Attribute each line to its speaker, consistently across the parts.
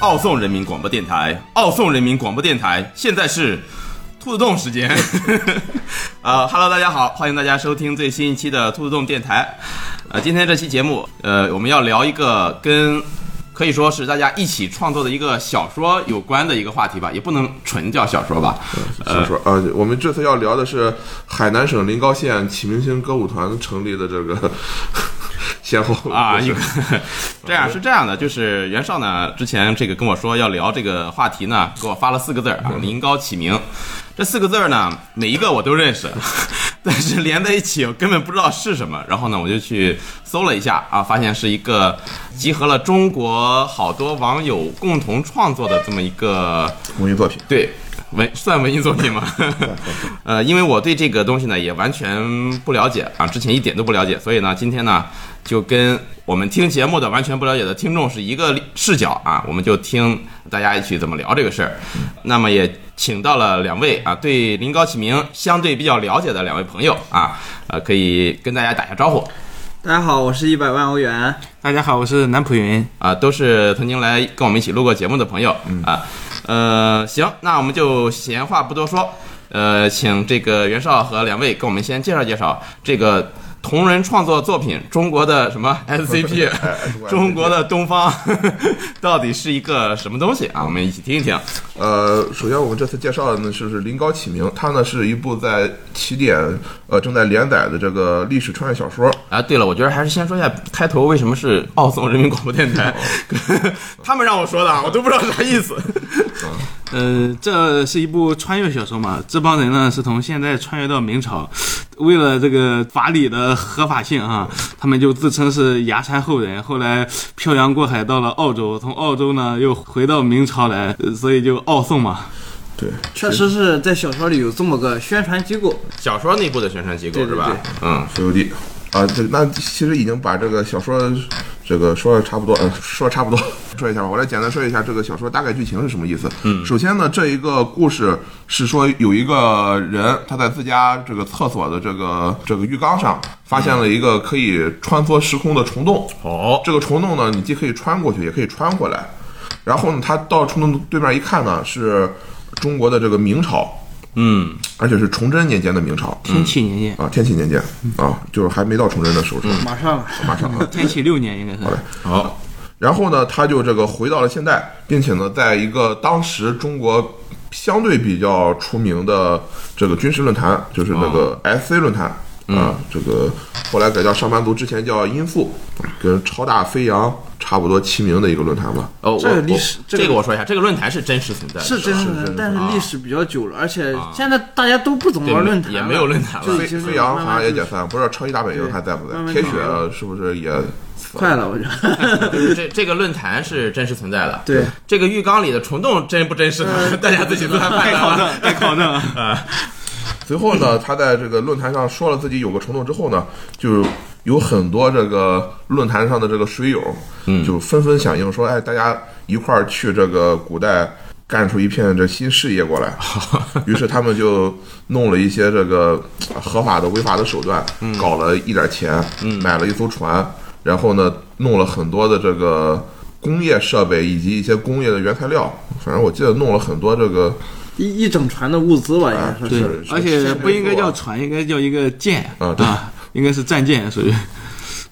Speaker 1: 奥宋人民广播电台，奥宋人民广播电台，现在是兔子洞时间。 呃哈喽，大家好，欢迎大家收听最新一期的兔子洞电台。呃，今天这期节目，呃，我们要聊一个跟可以说是大家一起创作的一个小说有关的一个话题吧，也不能纯叫小说吧。
Speaker 2: 小说啊，我们这次要聊的是海南省临高县启明星歌舞团成立的这个 先后
Speaker 1: 啊，
Speaker 2: 故
Speaker 1: 一
Speaker 2: 事
Speaker 1: 个这样是这样的，就是袁绍呢，之前这个跟我说要聊这个话题呢，给我发了四个字儿啊，临高启明。这四个字儿呢，每一个我都认识， 但是连在一起我根本不知道是什么。然后呢，我就去搜了一下啊，发现是一个集合了中国好多网友共同创作的这么一个
Speaker 3: 文艺作品。
Speaker 1: 对，文算文艺作品吗？ 呃，因为我对这个东西呢也完全不了解啊，之前一点都不了解，所以呢，今天呢就跟我们听节目的完全不了解的听众是一个视角啊，我们就听大家一起怎么聊这个事儿。那么也请到了两位啊，对临高启明相对比较了解的两位朋友啊，呃，可以跟大家打下招呼。
Speaker 4: 大家好，我是一百万欧元。
Speaker 3: 大家好，我是南浦云。
Speaker 1: 啊，都是曾经来跟我们一起录过节目的朋友啊。呃，行，那我们就闲话不多说，呃，请这个袁绍和两位给我们先介绍介绍这个同人创作作品《中国的什么 SCP》《中国的东方》 到底是一个什么东西啊？我们一起听一听。
Speaker 2: 呃，首先我们这次介绍的呢是是临高启明，它呢是一部在起点呃正在连载的这个历史穿越小说。
Speaker 1: 啊，对了，我觉得还是先说一下开头为什么是奥宋人民广播电台，
Speaker 3: 哦
Speaker 1: 他们让我说的啊，我都不知道啥意思。
Speaker 3: 呃，这是一部穿越小说嘛，这帮人呢是从现在穿越到明朝，为了这个法理的合法性啊，他们就自称是崖山后人，后来漂洋过海到了澳洲，从澳洲呢又回到明朝来，呃所以就奥宋嘛。
Speaker 2: 对，
Speaker 4: 确实是在小说里有这么个宣传机构，
Speaker 1: 小说内部的宣传机构是吧？嗯。
Speaker 2: COD 啊，这那其实已经把这个小说这个说的差不多，呃，说得差不多， 说一下吧。我来简单说一下这个小说大概剧情是什么意思。嗯，首先呢，这一个故事是说有一个人他在自家这个厕所的这个这个浴缸上发现了一个可以穿梭时空的虫洞。
Speaker 1: 哦，
Speaker 2: 这个虫洞呢，你既可以穿过去，也可以穿回来。然后呢，他到虫洞对面一看呢，是中国的这个明朝，
Speaker 1: 嗯，
Speaker 2: 而且是崇祯年间的明朝
Speaker 3: 天启年间，嗯
Speaker 2: 啊，天启年间啊，就是还没到崇祯的时候，是吧
Speaker 4: 马上了。
Speaker 2: 马上啊。
Speaker 3: 天启六年应该是。
Speaker 1: 好，
Speaker 2: 然后呢，他就这个回到了现代，并且呢，在一个当时中国相对比较出名的这个军事论坛，就是那
Speaker 3: 哦
Speaker 2: 个 SC 论坛。
Speaker 3: 嗯
Speaker 2: 啊，这个后来改叫上班族，之前叫音速，跟超大飞扬差不多齐名的一个论坛吧。
Speaker 1: 哦，
Speaker 4: 这
Speaker 1: 我
Speaker 4: 个历
Speaker 1: 我
Speaker 4: 史
Speaker 1: 这
Speaker 4: 这
Speaker 1: 个
Speaker 4: 个
Speaker 1: 我说一下，这个论坛是真实存在的，
Speaker 4: 是真
Speaker 2: 是
Speaker 4: 实
Speaker 2: 是
Speaker 4: 的
Speaker 2: 是，
Speaker 4: 但是历史比较久了，而且现在大家都不怎么玩论坛了，
Speaker 1: 也没有论坛了
Speaker 4: 就
Speaker 2: 飞
Speaker 4: 已经
Speaker 2: 飞扬
Speaker 4: 慢
Speaker 2: 好
Speaker 4: 慢
Speaker 2: 像也解
Speaker 4: 就
Speaker 2: 散，不知道超级大本营还在不在
Speaker 4: 慢？慢
Speaker 2: 铁
Speaker 4: 就
Speaker 2: 血是不是也死了？
Speaker 4: 快了，我觉得。
Speaker 1: 就是这这个论坛是真实存在的。
Speaker 4: 对，
Speaker 1: 这个浴缸里的虫洞真不真实
Speaker 3: 嗯
Speaker 1: 呢？大家自 己乱判
Speaker 3: 该考
Speaker 1: 断吧。啊
Speaker 3: 证，该考 证。
Speaker 2: 随后 呢，他在这个论坛上说了自己有个虫洞之后呢，就有很多这个论坛上的这个水友，嗯，就纷纷响应说，哎，大家一块儿去这个古代干出一片这新事业 过来。于是他们就弄了一些这个呃合法的、违法的手段，
Speaker 3: 嗯
Speaker 2: 搞了一点钱，买了一艘船，然后呢，弄了很多的这个工业设备以及一些工业的原材料，反正我记得弄了很多这个。
Speaker 4: 一一整船的物资吧，应该说
Speaker 2: 对
Speaker 4: 是。
Speaker 2: 啊是
Speaker 3: 而且不应该叫船，应该叫一个舰
Speaker 2: 啊对
Speaker 3: 啊，应该是战舰，属于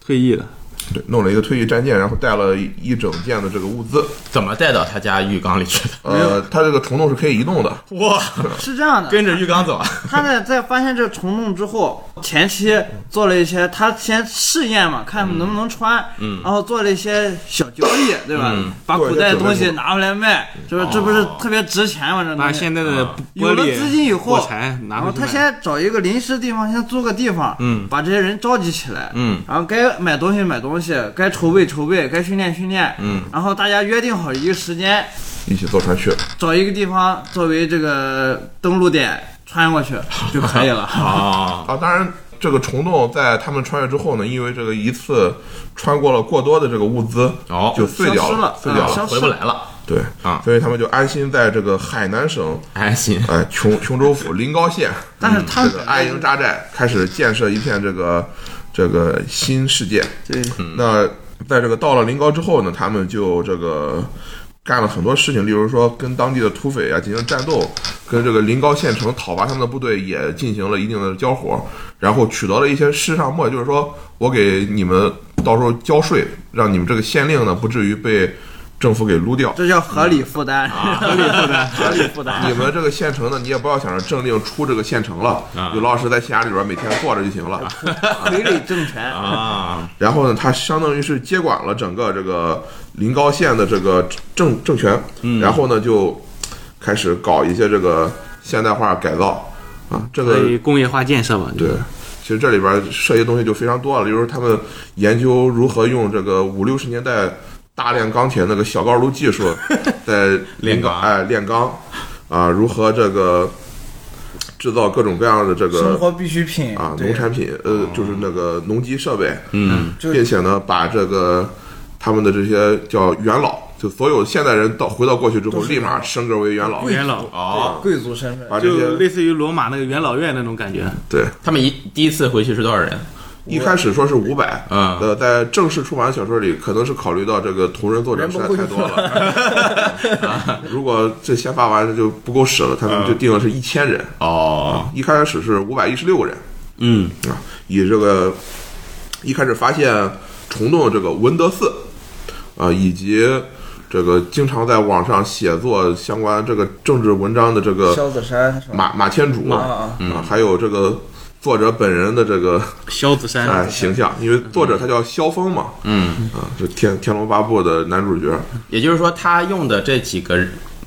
Speaker 3: 退役了。
Speaker 2: 对，弄了一个退役战舰，然后带了一一整舰的这个物资。
Speaker 1: 怎么带到他家浴缸里去的？
Speaker 2: 呃，它这个虫洞是可以移动的，
Speaker 1: 哇，
Speaker 4: 是这样的，
Speaker 1: 跟着浴缸走 啊！
Speaker 4: 他在在发现这虫洞之后，前期做了一些，他先试验嘛，看能不能穿，嗯，然后做了一些小交易，对吧？
Speaker 3: 嗯
Speaker 4: 把古代的东西拿回来卖，这不这不是特别值钱吗？这
Speaker 3: 拿
Speaker 4: 东西。
Speaker 3: 哦啊现在的
Speaker 1: 啊
Speaker 4: 有
Speaker 3: 玻璃
Speaker 4: 了资金以后
Speaker 3: 火柴，拿
Speaker 4: 然
Speaker 3: 回
Speaker 4: 后
Speaker 3: 去
Speaker 4: 他
Speaker 3: 卖
Speaker 4: 先找一个临时地方，先租个地方，嗯，把这些人召集起来，嗯，然后该买东西买东西，该筹备筹备，该训练训练，嗯，然后大家约定好一个时间，
Speaker 2: 一起坐船去。
Speaker 4: 找一个地方作为这个登陆点穿过去就可以 了。
Speaker 1: 哦，
Speaker 2: 啊，当然，这个虫洞在他们穿越之后呢，因为这个一次穿过了过多的这个物资，
Speaker 1: 哦
Speaker 2: 就碎掉
Speaker 4: 消失了
Speaker 2: 碎掉
Speaker 4: 啊
Speaker 2: 了。
Speaker 4: 消
Speaker 1: 回不来了，
Speaker 2: 对
Speaker 1: 啊
Speaker 2: 所以他们就安心在这个海南省，
Speaker 1: 安心。
Speaker 2: 哎，琼琼州府临高县，
Speaker 4: 但是他
Speaker 2: 这
Speaker 5: 嗯
Speaker 4: 们
Speaker 2: 个
Speaker 4: 本
Speaker 2: 安
Speaker 4: 来
Speaker 2: 营扎寨，开始建设一片这个这个新世界。
Speaker 4: 对，
Speaker 2: 那在这个到了临高之后呢，他们就这个干了很多事情，例如说跟当地的土匪啊进行战斗，跟这个临高县城讨伐他们的部队也进行了一定的交火，然后取得了一些事上末，就是说我给你们到时候交税，让你们这个县令呢不至于被政府给撸 掉。
Speaker 5: 这叫合理负担， 合理负担，合理负担。
Speaker 2: 嗯啊 你们这个县城呢，你也不要想着政令出这个县城了，就老老实在县衙里边每天坐着就行了。
Speaker 5: 傀儡政权，
Speaker 1: 啊，
Speaker 2: 然后呢，他相当于是接管了整个这个临高县的这个政政权，
Speaker 5: 嗯
Speaker 2: 然后呢就开始搞一些这个现代化改造啊，这个
Speaker 3: 所以工业化建设嘛，
Speaker 2: 对，其实这里边涉及的东西就非常多了，例如他们研究如何用这个五六十年代大炼钢铁那个小高炉技术，在
Speaker 1: 炼 钢
Speaker 2: 哎炼钢啊，如何这个制造各种各样的这
Speaker 5: 生
Speaker 2: 个
Speaker 5: 活必需品
Speaker 2: 啊
Speaker 5: 对
Speaker 2: 农产品，呃，就是那个农机设备，
Speaker 1: 嗯，
Speaker 5: 就是
Speaker 2: 并且呢，把这个他们的这些叫元老，就所有现代人到回到过去之后，立马升格为元老，
Speaker 3: 元老，
Speaker 2: 啊
Speaker 1: 哦，
Speaker 5: 贵族身份。
Speaker 2: 把这
Speaker 3: 就
Speaker 2: 些
Speaker 3: 类似于罗马那个元老院那种感觉。
Speaker 2: 对。
Speaker 1: 他们一第一次回去是多少人？
Speaker 2: 一开始说是五百，
Speaker 1: 嗯
Speaker 2: 呃，在正式出版的小说里，可能是考虑到这个同人作者实在太多了， 如果这先发完就不够使了，他们就定的是一千人，
Speaker 1: 哦，
Speaker 2: 一开始是五百一十六个人，
Speaker 1: 嗯，
Speaker 2: 啊，以这个一开始发现虫洞这个文德寺啊，以及这个经常在网上写作相关这个政治文章的这个
Speaker 5: 萧子山啊是吧？
Speaker 2: 马马天主
Speaker 5: 啊
Speaker 2: 啊，还有这个作者本人的这个
Speaker 3: 萧子
Speaker 1: 啊
Speaker 3: 山，
Speaker 2: 哎形象，因为作者他叫萧峰嘛，嗯啊，这《天天龙八部》的男主角，
Speaker 5: 啊
Speaker 1: 也就是说，他用的这几个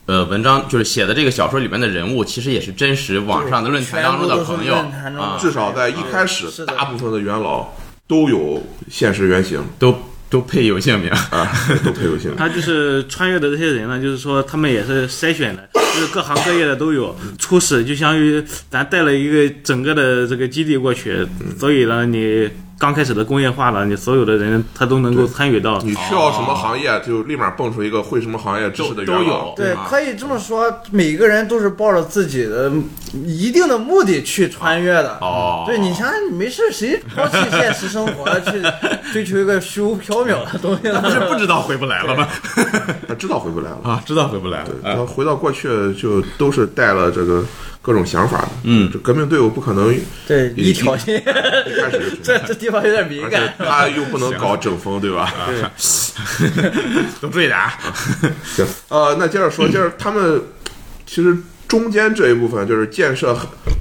Speaker 1: 呃文章，就是写的这个小说里面的人物，其实也是真实网上的论坛当中的朋友
Speaker 5: 全部都是论坛中的
Speaker 1: 啊，
Speaker 2: 至少在一开始
Speaker 5: 是，的
Speaker 2: 大部分的元老都有现实原型
Speaker 1: 都都配有姓名。
Speaker 2: 啊，都配有姓名。
Speaker 3: 他就是穿越的这些人呢，就是说他们也是筛选的，就是各行各业的都有。初始就相当于咱带了一个整个的这个基地过去，所以呢，你刚开始的工业化了，你所有的人他都能够参与到。
Speaker 2: 你需要什么行业，就立马蹦出一个会什么行业知识的元
Speaker 1: 都都
Speaker 2: 老
Speaker 1: 有。
Speaker 5: 对
Speaker 1: 嗯，
Speaker 5: 可以这么说，每个人都是抱着自己的一定的目的去穿越的。嗯
Speaker 1: 哦
Speaker 5: 对你想想，你没事谁抛弃现实生活 去追求一个虚无缥缈的东西
Speaker 2: 嗯
Speaker 1: 不是
Speaker 5: 呢？
Speaker 1: 不知道回不来了吗？
Speaker 2: 他知道回不来了。
Speaker 1: 啊，知道回不来
Speaker 2: 对，
Speaker 1: 了。
Speaker 2: 他回到过去就都是带了这个各种想法的。
Speaker 1: 嗯
Speaker 2: 这革命队伍不可能一
Speaker 5: 对，
Speaker 2: 一
Speaker 5: 一条心，
Speaker 2: 开始就出
Speaker 5: 这
Speaker 2: 来，
Speaker 5: 这地方有点敏
Speaker 2: 而
Speaker 5: 感
Speaker 2: 且。他又不能搞整风，对吧？
Speaker 1: 都注意点啊。
Speaker 2: 行，呃，那接着说，接着他们其实中间这一部分就是建设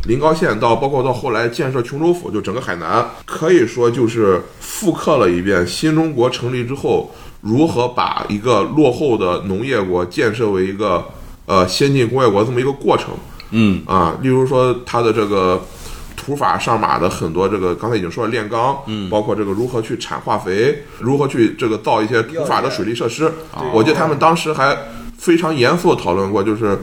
Speaker 2: 临高县，到包括到后来建设琼州府，就整个海南，可以说就是复刻了一遍新中国成立之后如何把一个落后的农业国建设为一个呃先进工业国这么一个过程
Speaker 1: 嗯
Speaker 2: 啊。例如说它的这个。土法上马的很多，这个刚才已经说了炼钢，嗯，包括这个如何去产化肥，如何去这个造一些土法的水利设施。我记得他们当时还非常严肃的讨论过，就是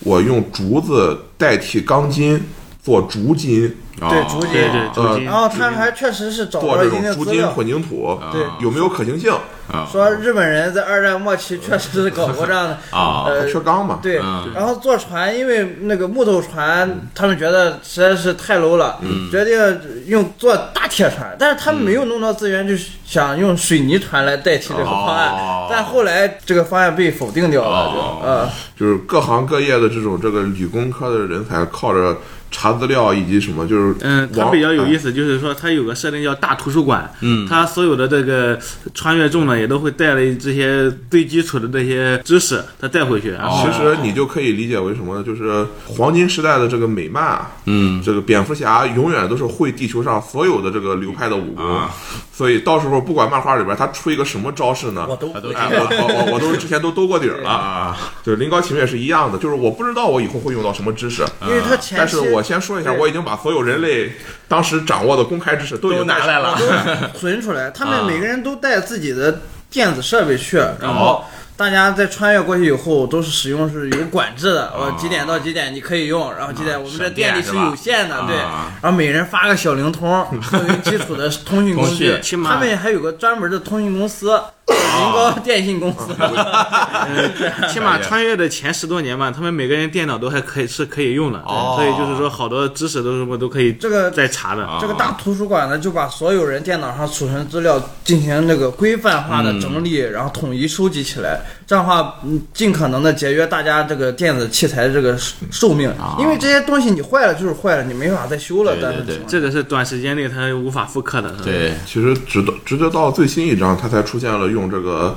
Speaker 2: 我用竹子代替钢筋做竹筋，
Speaker 5: 对竹
Speaker 1: 哦
Speaker 5: 节
Speaker 3: 对对，
Speaker 2: 呃
Speaker 3: 朱金
Speaker 5: 然后他们还确实是找
Speaker 2: 做
Speaker 5: 到
Speaker 2: 这
Speaker 5: 一定的
Speaker 2: 种竹
Speaker 5: 资
Speaker 2: 筋
Speaker 5: 料，
Speaker 2: 混凝土，
Speaker 5: 对
Speaker 2: 有没有可行性？
Speaker 1: 啊
Speaker 5: 说日本人在二战末期确实是搞过这样的。
Speaker 1: 啊
Speaker 5: 呃
Speaker 2: 它缺钢嘛？
Speaker 5: 对，
Speaker 1: 嗯
Speaker 5: 然后坐船，因为那个木头船，他们觉得实在是太 low 了，
Speaker 1: 嗯
Speaker 5: 决定用做大铁船，但是他们没有弄到资源，就是想用水泥船来代替这个方案，
Speaker 1: 哦
Speaker 5: 但后来这个方案被否定掉了，就
Speaker 1: 哦
Speaker 5: 呃，
Speaker 2: 就是各行各业的这种这个理工科的人才，靠着查资料以及什么，就是
Speaker 3: 嗯，它
Speaker 2: 往
Speaker 3: 比较有意
Speaker 2: 哎
Speaker 3: 思，就是说它有个设定叫大图书馆，嗯，它所有的这个穿越众呢，也都会带了这些最基础的这些知识，它带回去，然
Speaker 1: 哦
Speaker 3: 后
Speaker 2: 其实你就可以理解为什么呢？就是黄金时代的这个美漫啊，
Speaker 1: 嗯
Speaker 2: 这个蝙蝠侠永远都是会地球上所有的这个流派的武功，
Speaker 1: 啊
Speaker 2: 所以到时候不管漫画里边他出一个什么招式呢，
Speaker 5: 我都
Speaker 1: 他都
Speaker 2: 哎，我我我我都之前都兜过底儿了。
Speaker 1: 啊，
Speaker 2: 就是临高情也是一样的，就是我不知道我以后会用到什么知识，
Speaker 1: 嗯
Speaker 5: 因为他前
Speaker 2: 但
Speaker 5: 期
Speaker 2: 是我先说一下，
Speaker 5: 对
Speaker 2: 我已经把所有人类当时掌握的公开知识都已
Speaker 1: 都
Speaker 2: 经
Speaker 1: 拿来了。
Speaker 5: 都存出
Speaker 1: 啊
Speaker 5: 来，他们每个人都带自己的电子设备去，然
Speaker 1: 哦
Speaker 5: 后。大家在穿越过去以后，都是使用是有管制的，呃，几点到几点你可以用，然后几点我们这
Speaker 1: 啊省电
Speaker 5: 电力
Speaker 1: 是
Speaker 5: 是
Speaker 1: 吧
Speaker 5: 有限的，对
Speaker 1: 啊，
Speaker 5: 然后每人发个 小灵通作为基础的通讯工
Speaker 1: 通
Speaker 5: 具
Speaker 1: 讯，哦
Speaker 3: 起码
Speaker 5: 他们还有个专门的通讯公司，云高电信公 司。
Speaker 3: 起码穿越的前十多年吧，他们每个人电脑都还可以是可以用的，
Speaker 1: 哦
Speaker 3: 所以就是说好多知识都是我都可以
Speaker 5: 这个
Speaker 3: 再查
Speaker 1: 啊
Speaker 3: 的。
Speaker 5: 这个大图书馆呢，就把所有人电脑上储存资料进行那个规范化
Speaker 1: 嗯
Speaker 5: 的整理，然后统一收集起来。这样的话，嗯，尽可能的节约大家这个电子器材这个寿寿命，因为这些东西你坏了就是坏了，你没法再修了。
Speaker 1: 啊对
Speaker 5: 但
Speaker 1: 对
Speaker 5: 是
Speaker 1: 对
Speaker 3: 这个是短时间内它无法复刻的。是吧， 嗯
Speaker 1: 对，
Speaker 2: 其实直到直接到最新一章，它才出现了用这个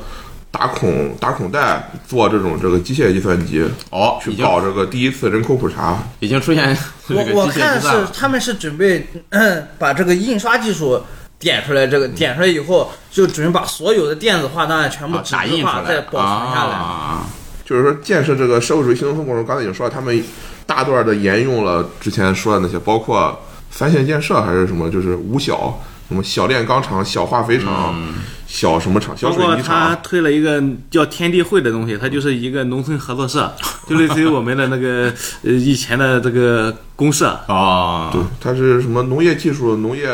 Speaker 2: 打孔打孔带做这种这个机械计算机
Speaker 1: 哦，已
Speaker 2: 去
Speaker 1: 经
Speaker 2: 搞这个第一次人口普查。
Speaker 1: 已经出现这个机
Speaker 5: 我我
Speaker 1: 械计
Speaker 5: 看
Speaker 1: 算
Speaker 5: 是
Speaker 1: 了。
Speaker 5: 他们是准备嗯 把这个印刷技术点出来，这个点出来以后，就准备把所有的电子化档案全部
Speaker 1: 啊
Speaker 5: 纸
Speaker 1: 打印
Speaker 5: 质
Speaker 1: 出
Speaker 5: 化
Speaker 1: 来，
Speaker 5: 再保存下来。
Speaker 1: 啊
Speaker 2: 就是说，建设这个社会主义新农村过程中，刚才已经说了，他们大段的沿用了之前说的那些，包括三线建设还是什么，就是五小，什么小炼钢厂、小化肥厂、小什么厂、小
Speaker 3: 嗯包
Speaker 2: 水
Speaker 3: 括
Speaker 2: 泥
Speaker 3: 他
Speaker 2: 厂。
Speaker 3: 推了一个叫天地会的东西，它就是一个农村合作社， 就类似于我们的那个呃以前的这个公社，
Speaker 1: 哦，
Speaker 2: 对，它是什么农业技术、农业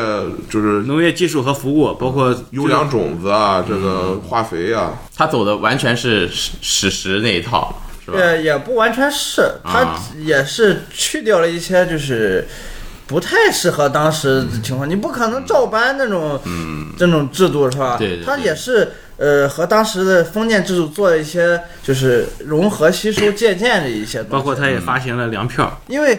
Speaker 2: 就是
Speaker 3: 农业技术和服务，包括
Speaker 2: 优良种子啊，这个化肥啊，
Speaker 1: 他走的完全是史史实那一套，是吧？
Speaker 5: 也也不完全是，它
Speaker 1: 啊
Speaker 5: 也是去掉了一些就是不太适合当时
Speaker 1: 嗯
Speaker 5: 的情况，你不可能照搬那种、这种制度是吧？
Speaker 1: 对对
Speaker 5: 它
Speaker 1: 对
Speaker 5: 也是呃和当时的封建制度做了一些就是融合、吸收、借鉴的一些东西，
Speaker 3: 包括他也发行了粮票，
Speaker 5: 因为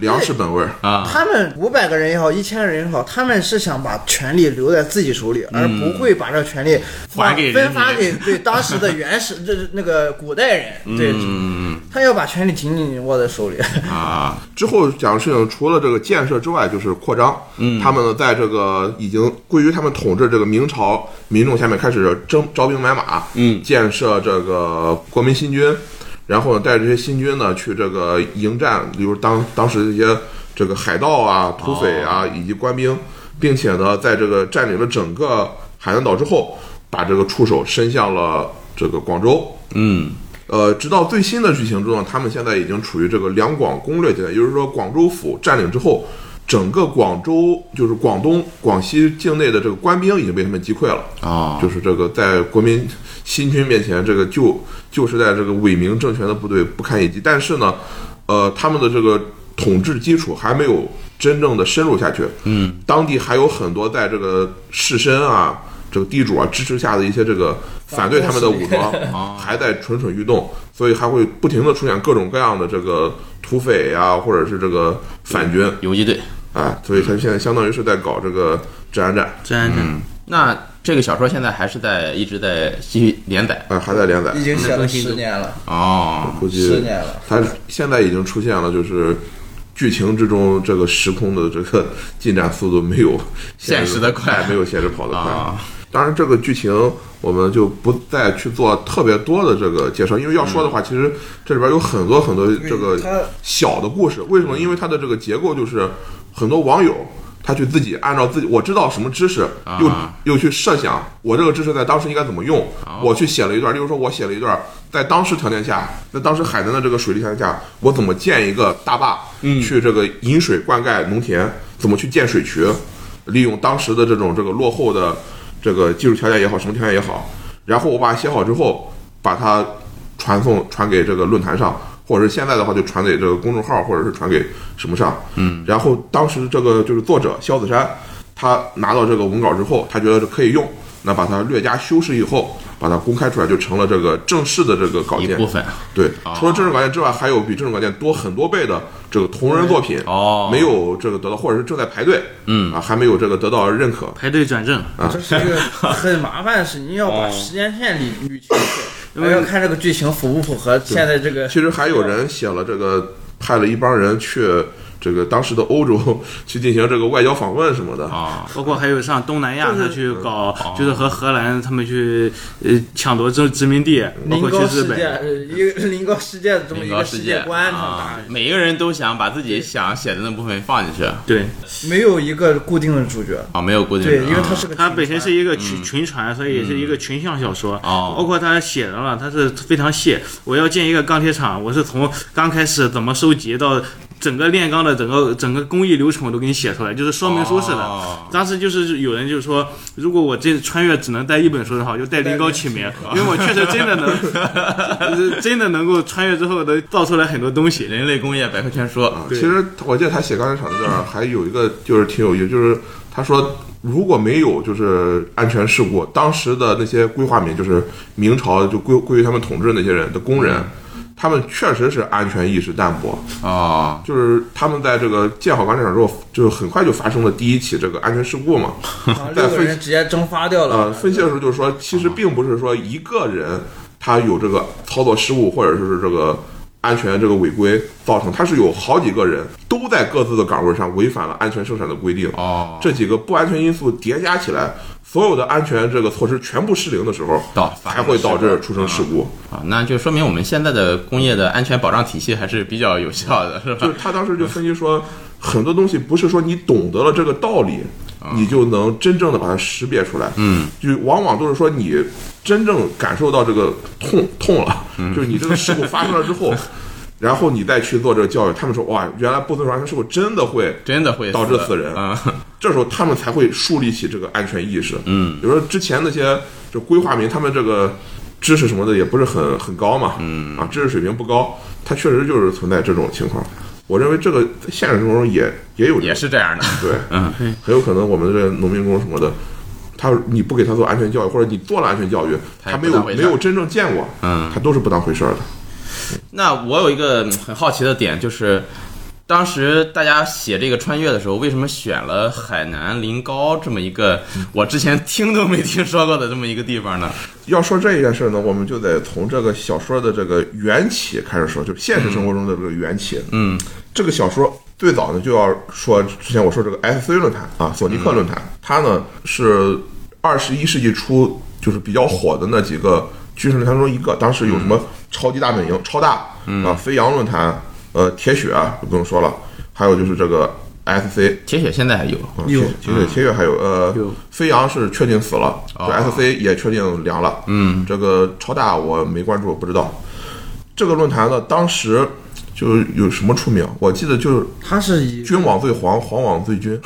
Speaker 2: 粮食本味儿。
Speaker 1: 啊，
Speaker 5: 他们五百个人也好，一千个人也好，他们是想把权力留在自己手里，而不会把这个权力
Speaker 1: 嗯还给人
Speaker 5: 分
Speaker 1: 民
Speaker 5: 发给对当时的原始这那个古代人，对，
Speaker 1: 嗯
Speaker 5: 他要把权力紧紧握在手里。
Speaker 1: 啊，
Speaker 2: 之后讲的事情，除了这个建设之外，就是扩张。嗯，他们呢，在这个已经归于他们统治这个明朝民众下面，开始征招兵买马，
Speaker 1: 嗯，
Speaker 2: 建设这个国民新军，然后呢，带着这些新军呢去这个迎战，比如当当时这些这个海盗啊、土匪啊、以及官兵，并且呢，在这个占领了整个海南岛之后，把这个触手伸向了这个广州。
Speaker 1: 嗯，
Speaker 2: 呃，直到最新的剧情中呢，他们现在已经处于这个两广攻略阶段，也就是说，广州府占领之后，整个广州就是广东、广西境内的这个官兵已经被他们击溃了。
Speaker 1: 哦，
Speaker 2: 就是这个在国民新军面前，这个旧旧时代这个伪明政权的部队不堪一击。但是呢，呃，他们的这个统治基础还没有真正的深入下去。嗯，当地还有很多在这个士绅啊、这个地主啊支持下的一些这个反对他们的武装，还在蠢蠢欲动，所以还会不停的出现各种各样的这个土匪啊，或者是这个反军
Speaker 1: 游击队。
Speaker 2: 啊，所以他现在相当于是在搞这个治安战，
Speaker 3: 真的。
Speaker 1: 那这个小说现在还是在一直在继续连载
Speaker 2: 啊，还在连载。
Speaker 5: 已经写
Speaker 3: 更
Speaker 5: 了
Speaker 3: 新
Speaker 5: 十
Speaker 3: 度
Speaker 5: 年了，
Speaker 1: 哦，
Speaker 2: 估计
Speaker 5: 十年了。
Speaker 2: 它现在已经出现了，就是剧情之中这个时空的这个进展速度没有
Speaker 1: 现实的快
Speaker 2: 没有现实跑得快。
Speaker 1: 啊
Speaker 2: 当然，这个剧情我们就不再去做特别多的这个介绍，因为要说的
Speaker 1: 嗯
Speaker 2: 话，其实这里边有很多很多这个
Speaker 5: 它
Speaker 2: 小的故事。为什么？因为它的这个结构就是很多网友。他去自己按照自己我知道什么知识，又又去设想我这个知识在当时应该怎么用，我去写了一段，例如说我写了一段，在当时条件下，在当时海南的这个水利条件下，我怎么建一个大坝，去这个引水灌溉农田，怎么去建水渠，利用当时的这种这个落后的这个技术条件也好，什么条件也好，然后我把它写好之后，把它传送传给这个论坛上，或者是现在的话就传给这个公众号，或者是传给什么上。嗯，然后当时这个就是作者萧子山，他拿到这个文稿之后，他觉得这可以用，那把它略加修饰以后，把它公开出来，就成了这个正式的这个稿
Speaker 1: 一
Speaker 2: 件
Speaker 1: 部。分哦
Speaker 2: 对，除了正式稿件之外，还有比正式稿件多很多倍的这个同人作品，
Speaker 1: 哦
Speaker 2: 没有这个得到，或者是正在排队，嗯啊，还没有这个得到认可。
Speaker 3: 排队转正，
Speaker 1: 啊
Speaker 5: 这是一个很麻烦的事，你要 把
Speaker 1: 哦
Speaker 5: 时间线理捋清楚，还要看这个剧情符不符合现在这个。
Speaker 2: 其实还有人写了这个，派了一帮人去这个当时的欧洲去进行这个外交访问什么的。
Speaker 1: 啊，
Speaker 3: 包括还有上东南亚，
Speaker 5: 就是
Speaker 3: 他去搞，就是和荷兰他们去呃抢夺这殖民地，包
Speaker 5: 临
Speaker 3: 括去
Speaker 5: 高
Speaker 3: 日
Speaker 5: 世界，
Speaker 3: 本。
Speaker 5: 呃 一个临高世界的这么
Speaker 1: 那
Speaker 5: 一
Speaker 1: 个
Speaker 5: 个
Speaker 1: 世
Speaker 5: 世
Speaker 1: 界
Speaker 5: 界观上打
Speaker 1: 啊，，每个人都想把自己想写的那部分放进去
Speaker 3: 对，
Speaker 5: 没有一个固定的主角。
Speaker 1: 啊，没有固定
Speaker 5: 对，
Speaker 1: 的，
Speaker 5: 因为它是个
Speaker 3: 它本身是
Speaker 5: 一
Speaker 3: 一个群群传，所以也是一个群像小说。
Speaker 1: 嗯哦
Speaker 3: 包括它写的了，它是非常细。我要建一个钢铁厂，我是从刚开始怎么收集到整个炼钢的整个整个工艺流程我都给你写出来，就是说明书似的。
Speaker 1: 哦
Speaker 3: 当时就是有人就说，如果我这穿越只能带一本书的话，我就带林高起名，因为我确实真的能，就 是真的能够穿越之后能造出来很多东西。
Speaker 1: 人类工业百科全说，
Speaker 2: 啊其实我记得他写钢铁厂那段还有一个就是挺有意思，就是他说如果没有就是安全事故，当时的那些规划民就是明朝就归归于他们统治那些人的工人，他们确实是安全意识淡薄，
Speaker 1: 哦，
Speaker 2: 就是他们在这个建好钢铁厂之后，就很快就发生了第一起这个安全事故嘛。
Speaker 4: 啊六个人直接蒸发掉
Speaker 2: 呃，
Speaker 4: 了。
Speaker 2: 分析的时候就是说，其实并不是说一个人他有这个操作失误，或者是这个安全这个违规造成，他是有好几个人都在各自的岗位上违反了安全生产的规定。
Speaker 1: 哦，
Speaker 2: 这几个不安全因素叠加起来，所有的安全这个措施全部失灵的时候，
Speaker 1: 导
Speaker 2: 才会导致出生事故。
Speaker 1: 啊，那就说明我们现在的工业的安全保障体系还是比较有效的， 是吧？
Speaker 2: 就是他当时就分析说，很多东西不是说你懂得了这个道理，你就能真正的把它识别出来。嗯，就往往都是说你真正感受到这个痛痛了，就是你这个事故发生了之后，然后你再去做这个教育，他们说哇，原来不遵守安全事故真的会。
Speaker 1: 真的会
Speaker 2: 导致死人
Speaker 1: 啊！
Speaker 2: 这时候他们才会树立起这个安全意识。嗯，比如说之前那些就规划民，他们这个知识什么的也不是很很高嘛，嗯啊，知识水平不高，它确实就是存在这种情况。我认为这个在现实生活中也也有这
Speaker 1: 也
Speaker 2: 种
Speaker 1: 是这样的。
Speaker 2: 对，嗯，很有可能我们这农民工什么的，他你不给他做安全教育，或者你做了安全教育，
Speaker 1: 他
Speaker 2: 他
Speaker 1: 也
Speaker 2: 没
Speaker 1: 不当
Speaker 2: 有
Speaker 1: 回事
Speaker 2: 没有真正见过，
Speaker 1: 嗯，
Speaker 2: 他都是不当回事儿的。
Speaker 1: 那我有一个嗯很好奇的点，就是当时大家写这个穿越的时候，为什么选了海南临高这么一个我之前听都没听说过的这么一个地方呢？
Speaker 2: 要说这一件事呢，我们就得从这个小说的这个缘起开始说，就现实生活中的这个缘起。
Speaker 1: 嗯，
Speaker 2: 这个小说最早呢就要说之前我说这个 SC 论坛啊，索尼克论坛，
Speaker 1: 嗯
Speaker 2: 它呢是二十一世纪初就是比较火的那几个军事论坛中一个。当时有什
Speaker 1: 嗯
Speaker 2: 么超级大本营、超大啊、飞扬论坛、呃铁血啊就不用说了，还有就是这个 SC
Speaker 1: 铁血现在还有
Speaker 2: 啊铁铁血铁血还有呃，飞扬是确定死了，就 SC 也确定凉了。嗯，这个超大我没关注，不知道。这个论坛呢，当时就有什么出名？我记得就是
Speaker 4: 他是以
Speaker 2: 君网最黄，黄网最君，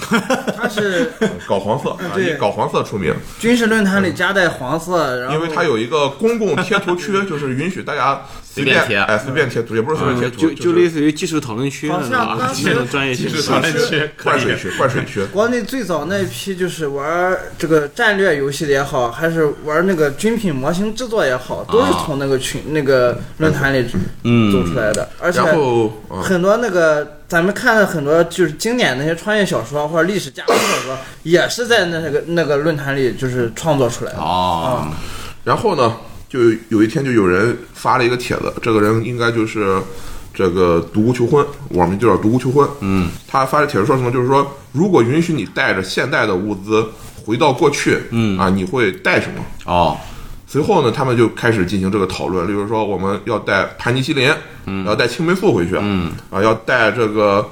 Speaker 4: 他 是
Speaker 2: 搞黄色啊，
Speaker 4: 对
Speaker 2: 以搞黄色出名，
Speaker 4: 军事论坛里夹带黄色，然后
Speaker 2: 因为它有一个公共贴图区，就是允许大家随
Speaker 1: 便
Speaker 2: 便
Speaker 1: 贴
Speaker 2: 哎，随便贴图，也不是随便贴图，
Speaker 3: 就就类似于技术讨论区
Speaker 4: 好
Speaker 3: 那种
Speaker 4: 像
Speaker 3: 啊
Speaker 4: 当，时
Speaker 3: 那种专业性
Speaker 1: 技
Speaker 3: 的
Speaker 1: 术讨论区可以
Speaker 2: 灌水区，灌水区。
Speaker 4: 国内最早那一批就是玩这个战略游戏的也好，还是玩那个军品模型制作也好，都
Speaker 2: 啊
Speaker 4: 是从那个群、那个论坛里走出来的，而且
Speaker 2: 嗯然后啊，
Speaker 4: 很多那个咱们看的很多就是经典那些穿越小说啊或者历史架空小说，也是在那个那个论坛里就是创作出来的。
Speaker 2: 啊
Speaker 1: 哦，
Speaker 2: 然后呢，就有一天就有人发了一个帖子，这个人应该就是这个独孤求婚，我们就叫独孤求婚。嗯，他发的帖子说什么？就是说，如果允许你带着现代的物资回到过去，嗯啊，你会带什么？
Speaker 1: 哦，
Speaker 2: 随后呢，他们就开始进行这个讨论，例如说我们要带盘尼西林，嗯，要带青霉素回去，嗯，啊，要带这个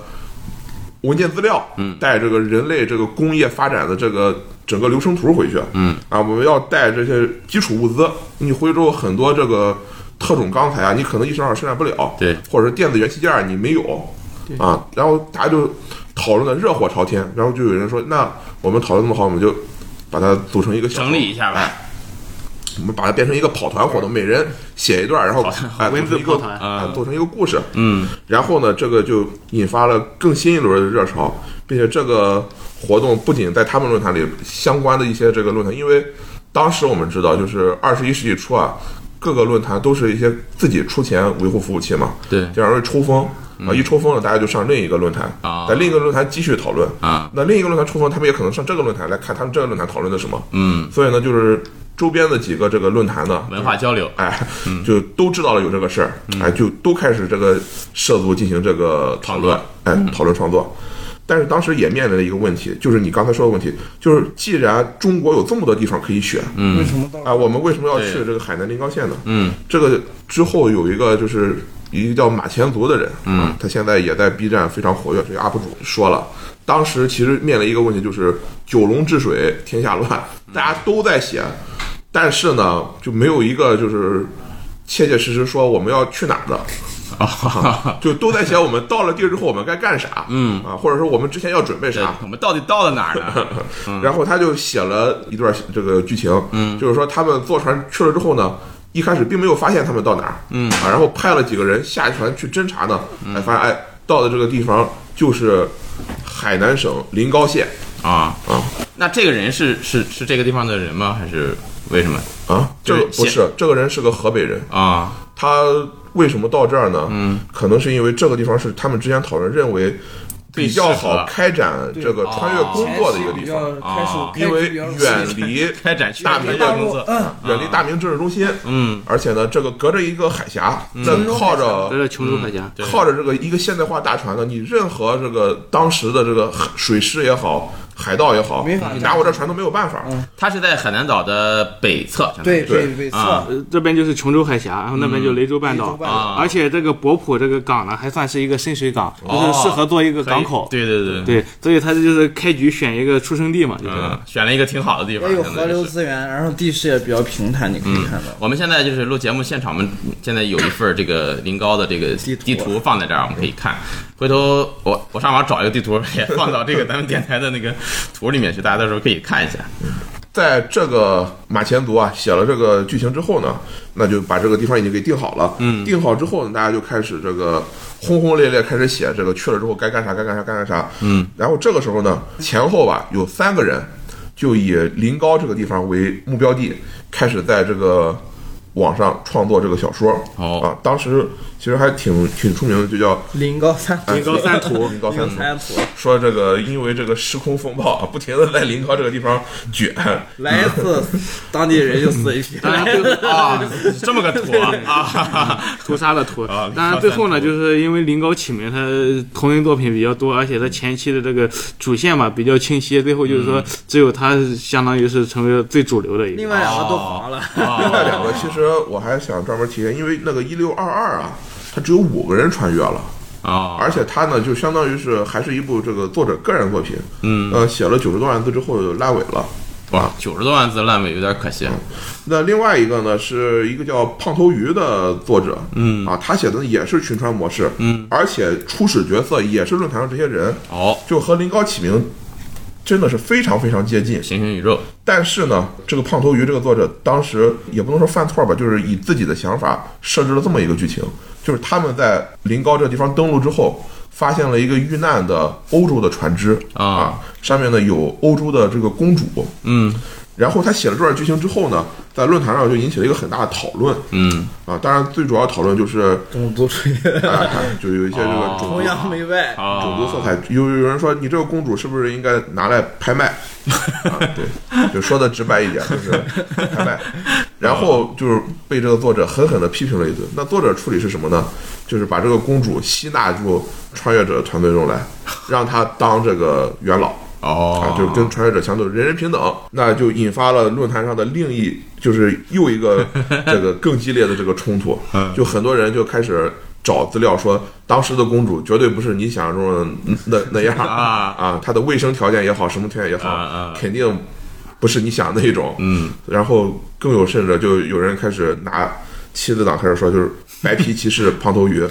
Speaker 2: 文件资料，嗯，带这个人类这个工业发展的这个整个流程图回去，嗯，啊，我们要带这些基础物资。你回去之后，很多这个特种钢材啊，你可能一时半会儿生产不了，
Speaker 1: 对
Speaker 2: 或者是电子元器件儿你没有，啊，然后大家就讨论的热火朝天，然后就有人说，那我们讨论这么好，我们就把它组成一个小
Speaker 1: 整理一下吧。
Speaker 2: 我们把它变成一个跑团活动，每人写一段，然后哎
Speaker 3: 文字
Speaker 2: 做成一个
Speaker 3: 跑团
Speaker 2: 啊，做成一个故事。嗯，然后呢，这个就引发了更新一轮的热潮，并且这个活动不仅在他们论坛里相关的一些这个论坛，因为当时我们知道，就是二十一世纪初啊，各个论坛都是一些自己出钱维护服务器嘛，
Speaker 1: 对嗯
Speaker 2: 这样容易抽风。啊，一抽风了，大家就上另一个论坛
Speaker 1: 啊
Speaker 2: 在另一个论坛继续讨论
Speaker 1: 啊。
Speaker 2: 那另一个论坛抽风，他们也可能上这个论坛来看他们这个论坛讨论的什么。
Speaker 1: 嗯，
Speaker 2: 所以呢，就是周边的几个这个论坛呢，
Speaker 1: 文化交流。
Speaker 2: 哎，就都知道了有这个事儿，哎，就都开始这个涉足进行这个讨论，哎，讨论创作。但是当时也面临了一个问题，就是你刚才说的问题，就是既然中国有这么多地方可以选，
Speaker 4: 为什么到
Speaker 2: 啊，我们为什么要去
Speaker 1: 对
Speaker 2: 这个海南临高县呢？
Speaker 1: 嗯，
Speaker 2: 这个之后有一个就是一个叫马前卒的人，嗯，他现在也在 B 站非常活跃，这个 UP 主说了，当时其实面临一个问题，就是九龙治水天下乱，大家都在写，但是呢，就没有一个就是切切实实说我们要去哪儿的。
Speaker 1: 啊，
Speaker 2: 就都在想我们到了地儿之后我们该干啥，嗯啊，或者说我们之前要准备啥。
Speaker 1: 我们到底到了哪儿呢？
Speaker 2: 然后他就写了一段这个剧情，嗯，就是说他们坐船去了之后呢，一开始并没有发现他们到哪儿，嗯啊，然后派了几个人下船去侦查呢，哎，发现哎到的这个地方就是海南省临高县
Speaker 1: 啊，
Speaker 2: 啊
Speaker 1: 那这个人是是是这个地方的人吗？还是为什么
Speaker 2: 啊，这个不
Speaker 1: 就是
Speaker 2: 这个人是个河北人，
Speaker 1: 啊？
Speaker 2: 他为什么到这儿呢？嗯，可能是因为这个地方是他们之前讨论认为比较好开展这个穿越工作的一个地方，啊
Speaker 5: 开始
Speaker 1: 哦
Speaker 5: 开
Speaker 2: 因为远离
Speaker 1: 开展区
Speaker 2: 大
Speaker 1: 域
Speaker 2: 明
Speaker 1: 的
Speaker 2: 的
Speaker 1: 工
Speaker 2: 工
Speaker 5: 陆
Speaker 1: 作，
Speaker 5: 嗯，
Speaker 2: 远离大明政治中心，
Speaker 1: 嗯，
Speaker 2: 而且呢，这个隔着一个海峡，再靠
Speaker 3: 这
Speaker 2: 着。
Speaker 3: 是琼州海峡，
Speaker 1: 嗯对
Speaker 2: 靠着这个一个现代化大船呢，你任何这个当时的这个海水师也好，海盗也好，
Speaker 5: 没法
Speaker 2: 你拿我这船都没有办法。
Speaker 1: 他是在海南岛的北侧，相当于
Speaker 5: 对对对，
Speaker 1: 啊
Speaker 5: 侧
Speaker 3: 呃这边就是琼州海峡，然后那边就雷州半
Speaker 5: 雷
Speaker 3: 岛
Speaker 5: 州半岛
Speaker 1: 啊
Speaker 3: 而且这个博浦这个港呢，还算是一个深水港，就是适合做一个港口。
Speaker 1: 对对对，
Speaker 3: 对，所以他就是开局选一个出生地嘛，就是。
Speaker 1: 嗯，选了一个挺好的地方，
Speaker 5: 也有
Speaker 1: 相
Speaker 5: 河
Speaker 1: 当于
Speaker 5: 流
Speaker 1: 是
Speaker 5: 资源，然
Speaker 4: 然
Speaker 5: 后
Speaker 4: 后地势也比较平坦，你可以看到。
Speaker 1: 我们现在就是录节目现场，我们现在有一份这个临高的这个
Speaker 5: 地图啊
Speaker 1: 地图放在这儿，我们可以看。回头我我上网找一个地图，也放到这个咱们电台的那个图里面去，大家到时候可以看一 下。
Speaker 2: 在这个马前卒啊写了这个剧情之后呢，那就把这个地方已经给定好了。嗯，定好之后呢，大家就开始这个轰轰烈烈开始写这个去了之后该干啥该干啥该干啥。嗯，然后这个时候呢，前后吧有三个人就以临高这个地方为目标地，开始在这个网上创作这个小说。
Speaker 1: 哦
Speaker 2: 啊，当时其实还挺挺出名的，就叫
Speaker 5: 临高三
Speaker 2: 《
Speaker 5: 临
Speaker 3: 高 三图
Speaker 2: 临嗯高 三
Speaker 5: 高
Speaker 2: 图》。
Speaker 5: 三图
Speaker 2: 说这个因为这个时空风暴 啊，不停的在临高这个地方卷，
Speaker 5: 来一次，当地人就死一批。
Speaker 3: 当然最后
Speaker 1: 啊，这么个图啊，
Speaker 3: 屠杀的屠
Speaker 1: 啊，
Speaker 3: 当然最后呢，
Speaker 1: 屠杀的屠
Speaker 3: 就是因为临高起名，他同人作品比较多，而且他前期的这个主线嘛比较清晰，最后就是说只有他相当于是成为了最主流的一
Speaker 5: 另
Speaker 3: 个。
Speaker 5: 外两个都
Speaker 2: 哦
Speaker 5: 黄了，
Speaker 2: 另外两个其实我还想专门提一下，因为那个一六二二啊，它只有五个人穿越了，
Speaker 1: 啊，
Speaker 2: 而且它呢就相当于是还是一部这个作者个人作品，
Speaker 1: 嗯，
Speaker 2: 呃，写了九十多万字之后就烂尾了。
Speaker 1: 哇，九十多万字烂尾有点可惜。
Speaker 2: 那另外一个呢，是一个叫胖头鱼的作者，嗯啊，他写的也是群穿模式，嗯，而且初始角色也是论坛上这些人，
Speaker 1: 哦，
Speaker 2: 就和林高启明真的是非常非常接近。
Speaker 1: 平行宇宙
Speaker 2: 但是呢，这个胖头鱼这个作者当时也不能说犯错吧，就是以自己的想法设置了这么一个剧情，就是他们在临高这个地方登陆之后，发现了一个遇难的欧洲的船只
Speaker 1: 啊
Speaker 2: 上面呢有欧洲的这个公主，嗯，然后他写了这段剧情之后呢，在论坛上就引起了一个很大的讨论，
Speaker 1: 嗯
Speaker 2: 啊，当然最主要讨论就是，
Speaker 5: 种族主义
Speaker 2: 啊，就有一些这个种
Speaker 5: 崇洋媚外，
Speaker 1: 啊，
Speaker 2: 种族色彩，有有人说你这个公主是不是应该拿来拍卖？啊，对，就说的直白一点，就是拍卖。然后就是被这个作者狠狠地批评了一顿。那作者处理是什么呢？就是把这个公主吸纳入穿越者团队中来，让她当这个元老。啊
Speaker 1: 哦，，
Speaker 2: 就是跟穿越者相对人人平等，那就引发了论坛上的另一，就是又 一个这个更激烈的这个冲突，
Speaker 1: 嗯
Speaker 2: 就很多人就开始找资料说，当时的公主绝对不是你想象中的那那样
Speaker 1: 啊
Speaker 2: 啊，她的卫生条件也好，什么条件也
Speaker 1: 啊
Speaker 2: 好
Speaker 1: 啊，
Speaker 2: 肯定不是你想的那种，
Speaker 1: 嗯，
Speaker 2: 然后更有甚者，就有人开始拿妻子党开始说，就是白皮骑 士胖头鱼，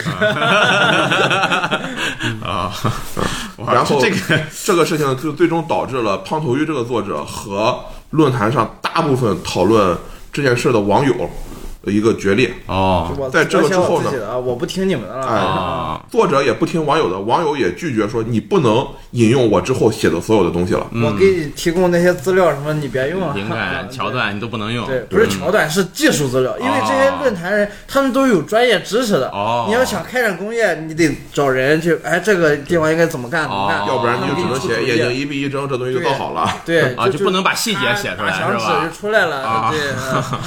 Speaker 5: 嗯
Speaker 1: 啊，哇
Speaker 2: 然后
Speaker 1: 啊这个
Speaker 2: 这个事情就最终导致了胖头鱼这个作者和论坛上大部分讨论这件事的网友的一个决裂。
Speaker 1: 哦
Speaker 5: 我
Speaker 2: 在这个之后呢哎
Speaker 5: 我想我自己的啊，我不听你们的了。
Speaker 1: 啊。
Speaker 2: 作者也不听网友的，网友也拒绝说你不能引用我之后写的所有的东西了。
Speaker 1: 嗯
Speaker 5: 我给你提供那些资料什么，你别用了。
Speaker 1: 灵 感桥段你都不能用，
Speaker 5: 对，不
Speaker 2: 嗯
Speaker 5: 是桥段，是技术资料，因为这
Speaker 2: 哦
Speaker 5: 些论坛人他们都有专业知识的。
Speaker 1: 哦
Speaker 5: 你要想开展工业，你得找人去，哎，这个地方应该怎么干，怎么
Speaker 1: 哦
Speaker 5: 干，
Speaker 2: 啊要不然
Speaker 5: 他
Speaker 2: 你
Speaker 5: 们
Speaker 2: 就
Speaker 5: 给
Speaker 2: 只能
Speaker 5: 出
Speaker 2: 写
Speaker 5: 主
Speaker 2: 眼
Speaker 5: 意
Speaker 2: 睛一闭一睁，这东西就造好了。
Speaker 5: 啊 对
Speaker 1: 啊就不能把细节写出来
Speaker 5: 打响
Speaker 1: 是吧
Speaker 5: 指就出来了，对，啊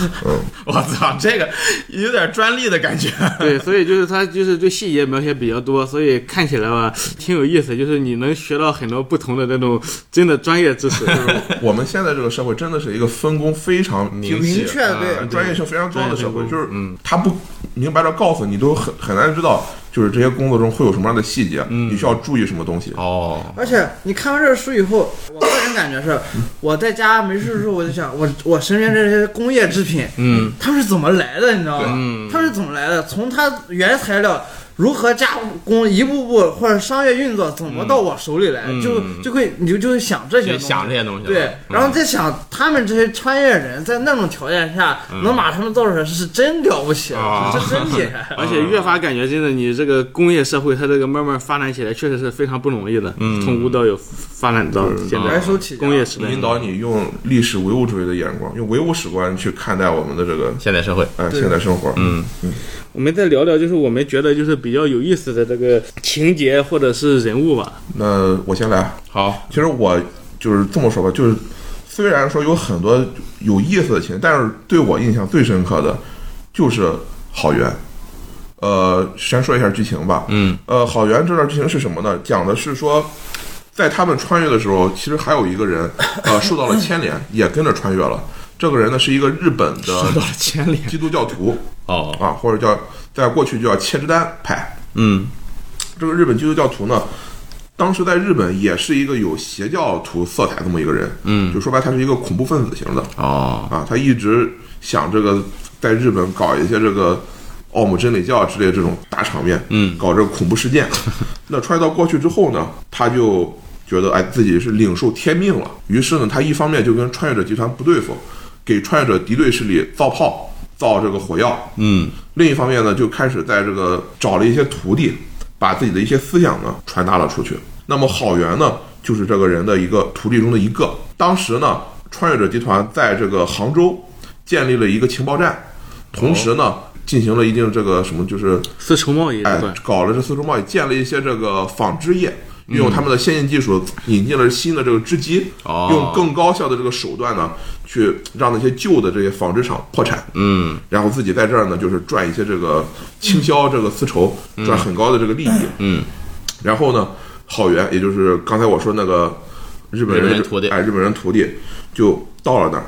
Speaker 1: 我操，这个有点专利的感觉。
Speaker 3: 对，所以就是他就是对细节描写比较多，所以看起来吧挺有意思，就是你能学到很多不同的那种真的专业知识。
Speaker 2: 啊我们现在这个社会真的是一个分工非常明
Speaker 5: 明确对
Speaker 2: 呃，专业性非常高的社会，
Speaker 3: 对
Speaker 2: 就是
Speaker 1: 嗯
Speaker 2: 他不明白的告诉你，都很很难知道，就是这些工作中会有什么样的细节，
Speaker 1: 嗯
Speaker 2: 你需要注意什么东西。
Speaker 1: 哦，
Speaker 5: 而且你看完这本书以后，我个人感觉是，我在家没事的时候，我就想，我我身边这些工
Speaker 1: 嗯
Speaker 5: 业制品，嗯，它们是怎么来的，你知道吗？它们是怎么来的？从它原材料如何加工，一步步或者商业运作怎么到我手里来，
Speaker 1: 嗯
Speaker 5: 就就会你就就会想这些
Speaker 1: 就
Speaker 5: 东西，
Speaker 1: 想这嗯些东西了。
Speaker 5: 对，然后再想他们这些穿越人在那种条件下、能把他们造出来是真了不起，
Speaker 1: 嗯啊
Speaker 5: 是真厉 害。
Speaker 3: 而且越发感觉真的，你这个工业社会，它这个慢慢发展起来，确实是非常不容易的。
Speaker 1: 嗯
Speaker 3: 从无到有发展到现
Speaker 5: 白
Speaker 3: 在
Speaker 5: 手起家
Speaker 3: 工业时代，
Speaker 2: 引导你用历史唯物主义的眼光，用唯物史观去看待我们的这个
Speaker 1: 现代社会，
Speaker 2: 哎现代生活。
Speaker 1: 嗯，
Speaker 3: 我们再聊聊，就是我们觉得就是比较有意思的这个情节或者是人物吧。
Speaker 2: 那我先来。
Speaker 1: 好，
Speaker 2: 其实我就是这么说吧，就是虽然说有很多有意思的情节，但是对我印象最深刻的就是郝源。呃，先说一下剧情吧。
Speaker 1: 嗯，
Speaker 2: 呃，郝源这段剧情是什么呢？讲的是说，在他们穿越的时候，其实还有一个人，呃，受到了牵连，也跟着穿越了。这个人呢，是一个日本
Speaker 1: 说
Speaker 2: 的
Speaker 1: 到了牵连
Speaker 2: 基督教徒
Speaker 1: 哦，
Speaker 2: 啊，或者叫在过去就叫切之丹派。
Speaker 1: 嗯
Speaker 2: 这个日本基督教徒呢，当时在日本也是一个有邪教徒色彩这么一个人，
Speaker 1: 嗯，
Speaker 2: 就说白，他是一个恐怖分子型的
Speaker 1: 哦，
Speaker 2: 啊，他一直想这个在日本搞一些这个奥姆真理教之类这种大场面，
Speaker 1: 嗯
Speaker 2: 搞这个恐怖 事件。那穿越到过去之后呢，他就觉得哎自己是领受天命了，于是呢，他一方面就跟穿越者集团不对付，给穿越者敌对势力造炮、造这个火药，
Speaker 1: 嗯
Speaker 2: 另一方面呢，就开始在这个找了一些徒弟，把自己的一些思想呢传达了出去。那么郝元呢，就是这个人的一个徒弟中的一个。当时呢，穿越者集团在这个杭州建立了一个情报站，同时呢，进行了一定这个什么，就是
Speaker 3: 丝绸贸易这
Speaker 2: 哎
Speaker 3: 块，，
Speaker 2: 搞了这丝绸贸易，建了一些这个纺织业，运用他们的先进技术，引进了新的这个织机，
Speaker 1: 哦
Speaker 2: 用更高效的这个手段呢，去让那些旧的这些纺织厂破产。
Speaker 1: 嗯
Speaker 2: 然后自己在这儿呢，就是赚一些这个倾销这个丝绸，赚很高的这个利益。
Speaker 1: 嗯
Speaker 2: 然后呢，郝元，也就是刚才我说那个日本
Speaker 1: 日
Speaker 2: 人
Speaker 1: 本人徒弟
Speaker 2: 哎，日本人徒弟就到了那儿，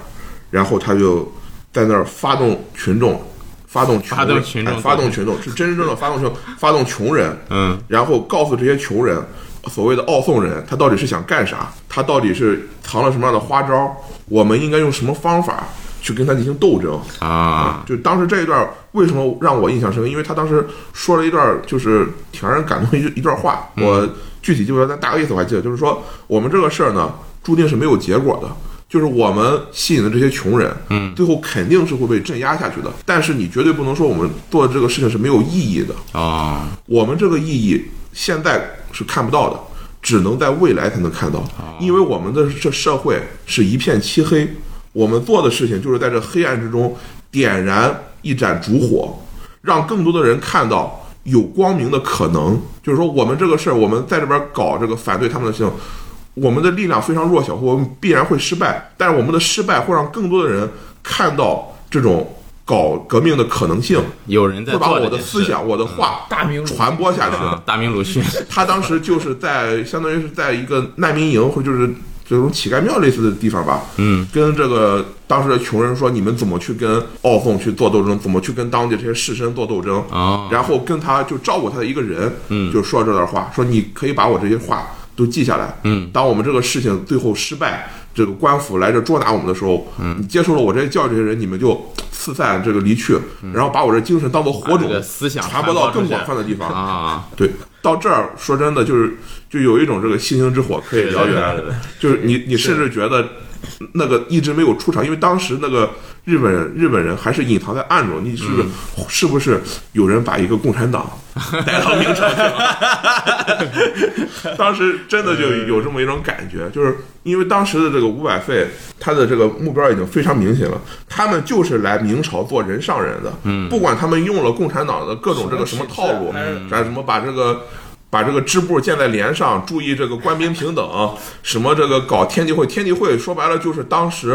Speaker 2: 然后他就在那儿发动群众，发动穷
Speaker 1: 发
Speaker 2: 人
Speaker 1: 动群众
Speaker 2: 哎发动群众，是真正的发动穷，发动穷人，
Speaker 1: 嗯，
Speaker 2: 然后告诉这些穷人，所谓的奥宋人，他到底是想干啥？他到底是藏了什么样的花招？我们应该用什么方法去跟他进行斗争？
Speaker 1: 啊，
Speaker 2: 就当时这一段为什么让我印象深刻？因为他当时说了一段就是挺让人感动的一一段话，我具体记不得，但大概意思我还记得，就是说我们这个事儿呢，注定是没有结果的。就是我们吸引的这些穷人，嗯，最后肯定是会被镇压下去的。但是你绝对不能说我们做的这个事情是没有意义的，
Speaker 1: 哦，
Speaker 2: 我们这个意义现在是看不到的，只能在未来才能看到，因为我们的这社会是一片漆黑，我们做的事情就是在这黑暗之中点燃一盏烛火，让更多的人看到有光明的可能。就是说，我们这个事儿，我们在这边搞这个反对他们的事情。我们的力量非常弱小，我们必然会失败。但是我们的失败会让更多的人看到这种搞革命的可能性，
Speaker 1: 有人在
Speaker 2: 会把
Speaker 1: 做
Speaker 2: 我
Speaker 1: 这
Speaker 2: 的
Speaker 1: 件
Speaker 2: 思
Speaker 1: 事嗯
Speaker 2: 想、我的话
Speaker 5: 大名儒
Speaker 2: 传播下去。
Speaker 1: 啊，大明鲁迅，
Speaker 2: 他当时就是在相当于是在一个难民营或者就是这种乞丐庙类似的地方吧，
Speaker 1: 嗯，
Speaker 2: 跟这个当时的穷人说，你们怎么去跟奥宋去做斗争，怎么去跟当地这些士绅做斗争，
Speaker 1: 哦，
Speaker 2: 然后跟他就照顾他的一个人，
Speaker 1: 嗯
Speaker 2: 就说这段话，说你可以把我这些话都记下来，
Speaker 1: 嗯，
Speaker 2: 当我们这个事情最后失败，这个官府来这捉拿我们的时候，嗯，你接受了我这些教育这些人，你们就四散这个离去，然后把我这精神当做火
Speaker 1: 嗯把
Speaker 2: 种
Speaker 1: 这个思想
Speaker 2: 传播到更广
Speaker 1: 的
Speaker 2: 泛的地方，
Speaker 1: 啊，
Speaker 2: 对，到这儿说真的就是就有一种这个星星之火可以燎原，
Speaker 1: 对对对对
Speaker 2: 就是你你甚至觉得那个一直没有出场，因为当时那个日本人日本人还是隐藏在暗中，你是不是、
Speaker 1: 嗯
Speaker 2: 是不是有人把一个共产党带到明朝去了？ 当时真的就有这么一种感觉，就是因为当时的这个五百岁，他的这个目标已经非常明显了，他们就是来明朝做人上人的，嗯，不管他们用了共产党的各种这个什么套路，咱什么把这个。把这个支部建在连上，注意这个官兵平等，什么这个搞天地会，天地会说白了就是当时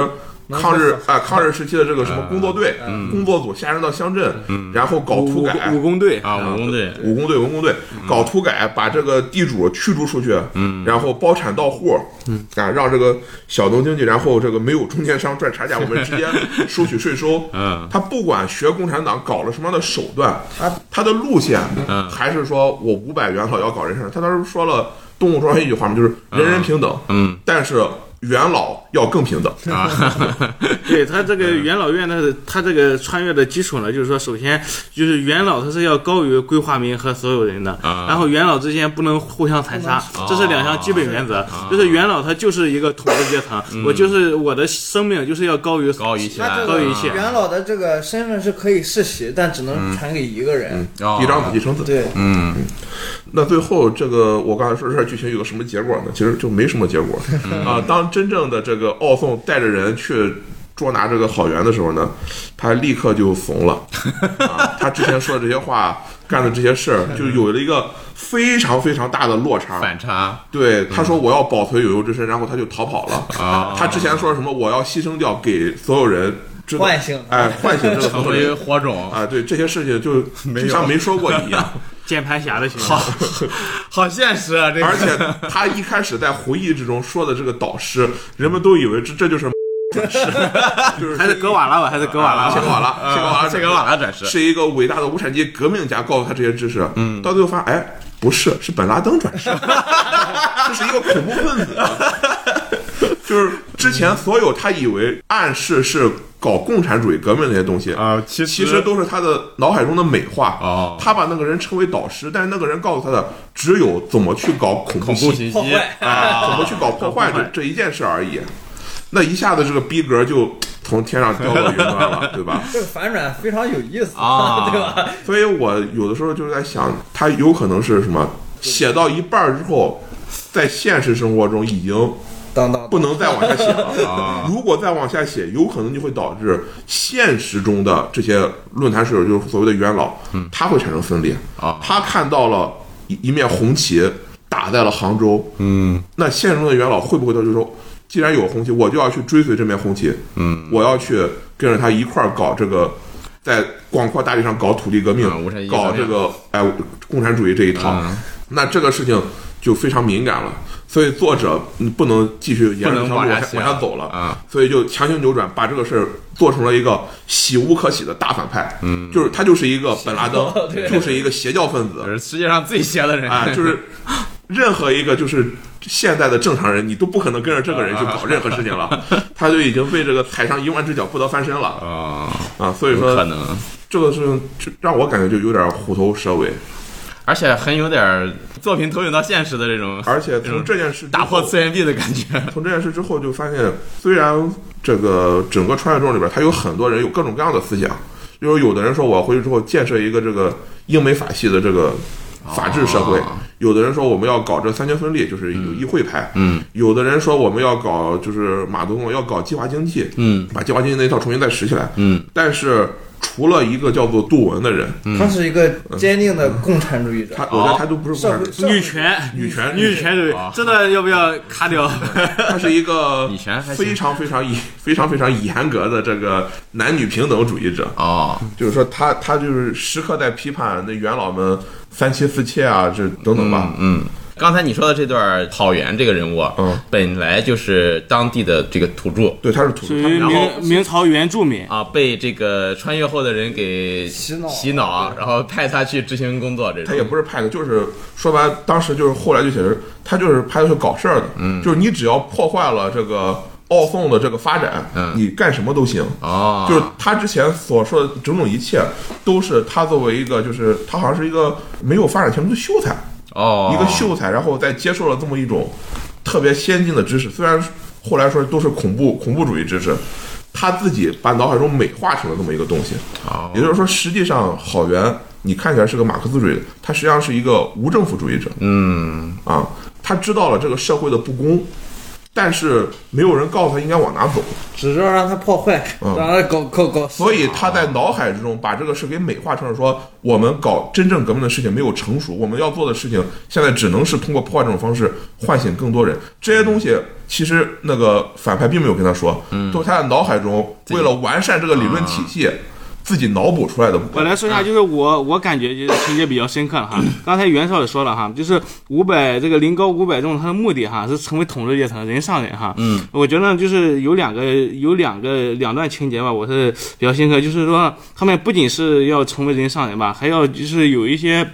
Speaker 2: 抗日啊、抗日时期的这个什么工作队、工作组下扔到乡镇，然后搞
Speaker 3: 武
Speaker 2: 土改，
Speaker 3: 武工队
Speaker 1: 啊，武工队，
Speaker 2: 武工队，文工队
Speaker 1: 嗯
Speaker 2: 搞土改，把这个地主驱逐出去，嗯，然后包产到户，嗯啊，让这个小农经济，然后这个没有中间商赚 差价，我们直接收取税收，
Speaker 1: 嗯，
Speaker 2: 他不管学共产党搞了什么样的手段，他的路线，
Speaker 1: 嗯
Speaker 2: 还是说我五百元老要搞人事儿，他当时说了动物专一句话嘛，就是人人平等，
Speaker 1: 嗯
Speaker 2: 但是元老要更平等。
Speaker 1: 啊，
Speaker 3: 对他这个
Speaker 1: 嗯
Speaker 3: 元老院的，他这个穿越的基础呢，就是说，首先就是元老他是要高于规划民和所有人的，
Speaker 1: 啊
Speaker 3: 然后元老之间不能互相残杀，这是两项基本原则。
Speaker 1: 啊
Speaker 3: 就是元老他就是一个统治阶层，我就是我的生命就是要高于
Speaker 1: 嗯高于一切，
Speaker 5: 那这
Speaker 3: 高于
Speaker 5: 个
Speaker 3: 一切
Speaker 5: 元老的这个身份是可以世袭，但只能传给一个
Speaker 3: 嗯
Speaker 5: 人。
Speaker 1: 哦
Speaker 2: 一张嘴一生子。
Speaker 5: 对，
Speaker 1: 嗯，
Speaker 2: 那最后这个我刚才说这段剧情有个什么结果呢？其实就没什么结果
Speaker 1: 嗯
Speaker 2: 啊、当真正的这个奥宋带着人去捉拿这个郝元的时候呢，他立刻就 怂了。啊，他之前说的这些话，干的这些事儿，就有了一个非常非常大的落差。
Speaker 1: 反差
Speaker 2: 对，他说我要保存有忧之身，然后他就逃跑了。
Speaker 1: 啊，
Speaker 2: 他之前说什么我要牺牲掉给所有人知道
Speaker 5: 唤醒
Speaker 2: 哎，唤醒这个
Speaker 1: 成
Speaker 2: 所有
Speaker 1: 为
Speaker 2: 人。
Speaker 1: 火种，
Speaker 2: 啊，对这些事情 就就像没说过一样，
Speaker 3: 键盘侠的形象。
Speaker 1: 好现实啊，这个
Speaker 2: 而且他一开始在回忆之中说的这个导师，人们都以为这这就是导师，就是
Speaker 3: 还是格瓦拉吧，还是格瓦
Speaker 1: 啊
Speaker 3: 拉
Speaker 2: 切格
Speaker 3: 吧。
Speaker 2: 瓦
Speaker 1: 呃
Speaker 2: 拉，切格瓦拉，
Speaker 1: 这个瓦拉展示，
Speaker 2: 是一个伟大的无产阶级革命家告诉他这些知识，嗯，到最后发现，哎，不是，是本拉登转世， 这是一个恐怖分子啊， 就是之前所有他以为暗示是搞共产主义革命那些东西
Speaker 6: 啊，
Speaker 1: 呃
Speaker 6: 其实
Speaker 2: 其实都是他的脑海中的美化。
Speaker 1: 哦
Speaker 2: 他把那个人称为导师，但是那个人告诉他的只有怎么去搞恐怖
Speaker 1: 恐
Speaker 2: 袭
Speaker 1: 怖
Speaker 2: 击
Speaker 1: 袭击
Speaker 5: 破
Speaker 3: 嗯
Speaker 5: 坏
Speaker 2: 啊，怎么去搞破坏这这一件事而已。那一下子这个逼格就从天上掉到云端了，对 吧？
Speaker 5: 这个反转非常有意思，
Speaker 1: 啊
Speaker 5: 对吧？
Speaker 2: 所以我有的时候就是在想，他有可能是什么？写到一半儿之后，在现实生活中已经
Speaker 5: 当当
Speaker 2: 不能再往下写
Speaker 1: 啊
Speaker 2: 了。 如果再往下写，有可能就会导致现实中的这些论坛水友，就是所谓的元老，他会产生分裂
Speaker 1: 嗯啊
Speaker 2: 他看到了一一面红旗打在了杭州，嗯，那现实中的元老会不会到就说，既然有红旗，我就要去追随这面红旗，嗯，我要去跟着他一块儿搞这个。在广阔大地上搞土地革命
Speaker 1: 嗯无产阶，级革命
Speaker 2: 搞这个哎共产主义这一套，
Speaker 1: 嗯
Speaker 2: 那这个事情就非常敏感了，所以作者嗯不能继续沿着这条
Speaker 1: 不
Speaker 2: 路
Speaker 1: 能往
Speaker 2: 往
Speaker 1: 下
Speaker 2: 下
Speaker 1: 写
Speaker 2: 往下走了
Speaker 1: 啊，
Speaker 2: 所以就强行扭转，把这个事儿做成了一个喜无可喜的大反派，嗯，就是他就是一个本拉登，就是一个邪教分子
Speaker 1: 是世界上最邪的人
Speaker 2: 啊， 就是任何一个就是现在的正常人，你都不可能跟着这个人去搞任何事情 了，他就已经被这个踩上一万只脚不得翻身了
Speaker 1: 啊，
Speaker 2: 啊，所以
Speaker 1: 有可
Speaker 2: 说
Speaker 1: 能，
Speaker 2: 这个事情就让我感觉就有点虎头蛇尾，
Speaker 1: 而且很有点儿作品投影到现实的这种
Speaker 2: 而且从这件事之后
Speaker 1: 嗯打破次元壁的 感觉。
Speaker 2: 从这件事之后，就发现虽然这个整个穿越中里边，他有很多人有各种各样的思想，就是有的人说我回去之后建设一个这个英美法系的这个法治社会，有的人说我们要搞这三权分立，就是有议会派，
Speaker 1: 哦嗯，
Speaker 2: 有的人说我们要搞就是马东要搞计划经济，
Speaker 1: 嗯
Speaker 2: 把计划经济那一套重新再拾起来，
Speaker 1: 嗯，
Speaker 2: 但是除了一个叫做杜文的人，
Speaker 3: 嗯
Speaker 5: 他是一个坚定的共产主义者
Speaker 2: 他，我觉
Speaker 1: 哦
Speaker 2: 得他都不是共
Speaker 5: 社
Speaker 2: 产
Speaker 5: 会
Speaker 2: 主义，
Speaker 5: 社会
Speaker 3: 女权，
Speaker 2: 女权
Speaker 3: 女权主义
Speaker 1: 啊，
Speaker 3: 真的要不要 卡掉？
Speaker 2: 他是一个
Speaker 1: 嗯以前还行
Speaker 2: 呃非常非常严非常非常严格的这个男女平等主义者，
Speaker 1: 哦，
Speaker 2: 就是说他他就是时刻在批判那元老们三妻四妾啊，这等等吧。
Speaker 1: 嗯。刚才你说的这段郝元这个人物，啊
Speaker 2: 嗯，
Speaker 1: 本来就是当地的这个土著
Speaker 2: 对，他是土
Speaker 3: 属
Speaker 2: 著，
Speaker 3: 于
Speaker 2: 然后
Speaker 3: 明明朝原住民。
Speaker 1: 啊，被这个穿越后的人给洗
Speaker 5: 脑
Speaker 1: 洗脑，然后派他去执行工作，这
Speaker 2: 他也
Speaker 1: 种
Speaker 2: 不是派的，就是说白了，当时就是后来就写是他就是派他去搞事儿的，嗯，就是你只要破坏了这个奥宋的这个发展，
Speaker 1: 嗯
Speaker 2: 你干什么都行。
Speaker 1: 哦，
Speaker 2: 就是他之前所说的种种一切，都是他作为一个，就是他好像是一个没有发展前途的秀才，
Speaker 1: 哦
Speaker 2: 一个秀才，然后再接受了这么一种特别先进的知识，虽然后来说都是恐怖恐怖主义知识，他自己把脑海中美化成了这么一个东西。
Speaker 1: 哦
Speaker 2: 也就是说，实际上郝元你看起来是个马克思主义者，他实际上是一个无政府主义者。
Speaker 1: 嗯
Speaker 2: 啊，他知道了这个社会的不公，但是没有人告诉他应该往哪走，
Speaker 5: 只知道让他破坏，
Speaker 2: 嗯
Speaker 5: 让他搞搞搞。
Speaker 2: 所以他在脑海之中把这个事给美化成了说，我们搞真正革命的事情没有成熟，我们要做的事情现在只能是通过破坏这种方式唤醒更多人。这些东西其实那个反派并没有跟他说，都是他在脑海中为了完善这个理论体系，啊自己脑补出来的。
Speaker 3: 我来说一下，就是我我感觉就是情节比较深刻了哈。刚才袁绍也说了哈，就是五百这个临高五百众，他的目的哈是成为统治阶层人上人哈。嗯，我觉得就是有两个有两个两段情节吧，我是比较深刻，就是说他们不仅是要成为人上人吧，还要就是有一些。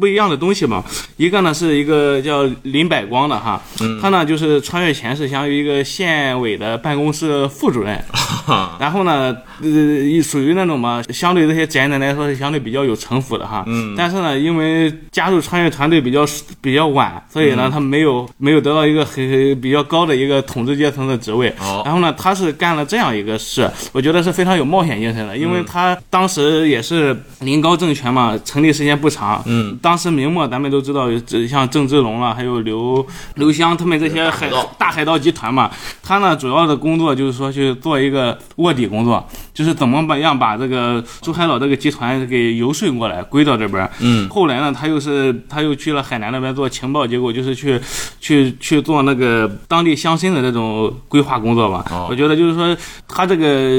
Speaker 3: 不一样的东西吧。一个呢是一个叫林百光的哈，他呢就是穿越前是相当于一个县委的办公室副主任，然后呢，呃，属于那种嘛，相对这些宅男来说是相对比较有城府的哈。嗯。但是呢，因为加入穿越团队比较比较晚，所以呢，他没有没有得到一个很很比较高的一个统治阶层的职位。
Speaker 1: 哦
Speaker 3: 然后呢，他是干了这样一个事，我觉得是非常有冒险精神的，因为他当时也是临高政权嘛，成立时间不长。
Speaker 1: 嗯。
Speaker 3: 当时明末咱们都知道，呃像郑芝龙了，还有刘刘湘他们这些海大海盗集团嘛，他呢主要的工作就是说去做一个卧底工作，就是怎么把样把这个珠海岛这个集团给游说过来，归到这边。
Speaker 1: 嗯，
Speaker 3: 后来呢，他又是他又去了海南那边做情报，结果就是去去去做那个当地乡绅的这种规划工作吧。
Speaker 1: 哦
Speaker 3: 我觉得就是说他这个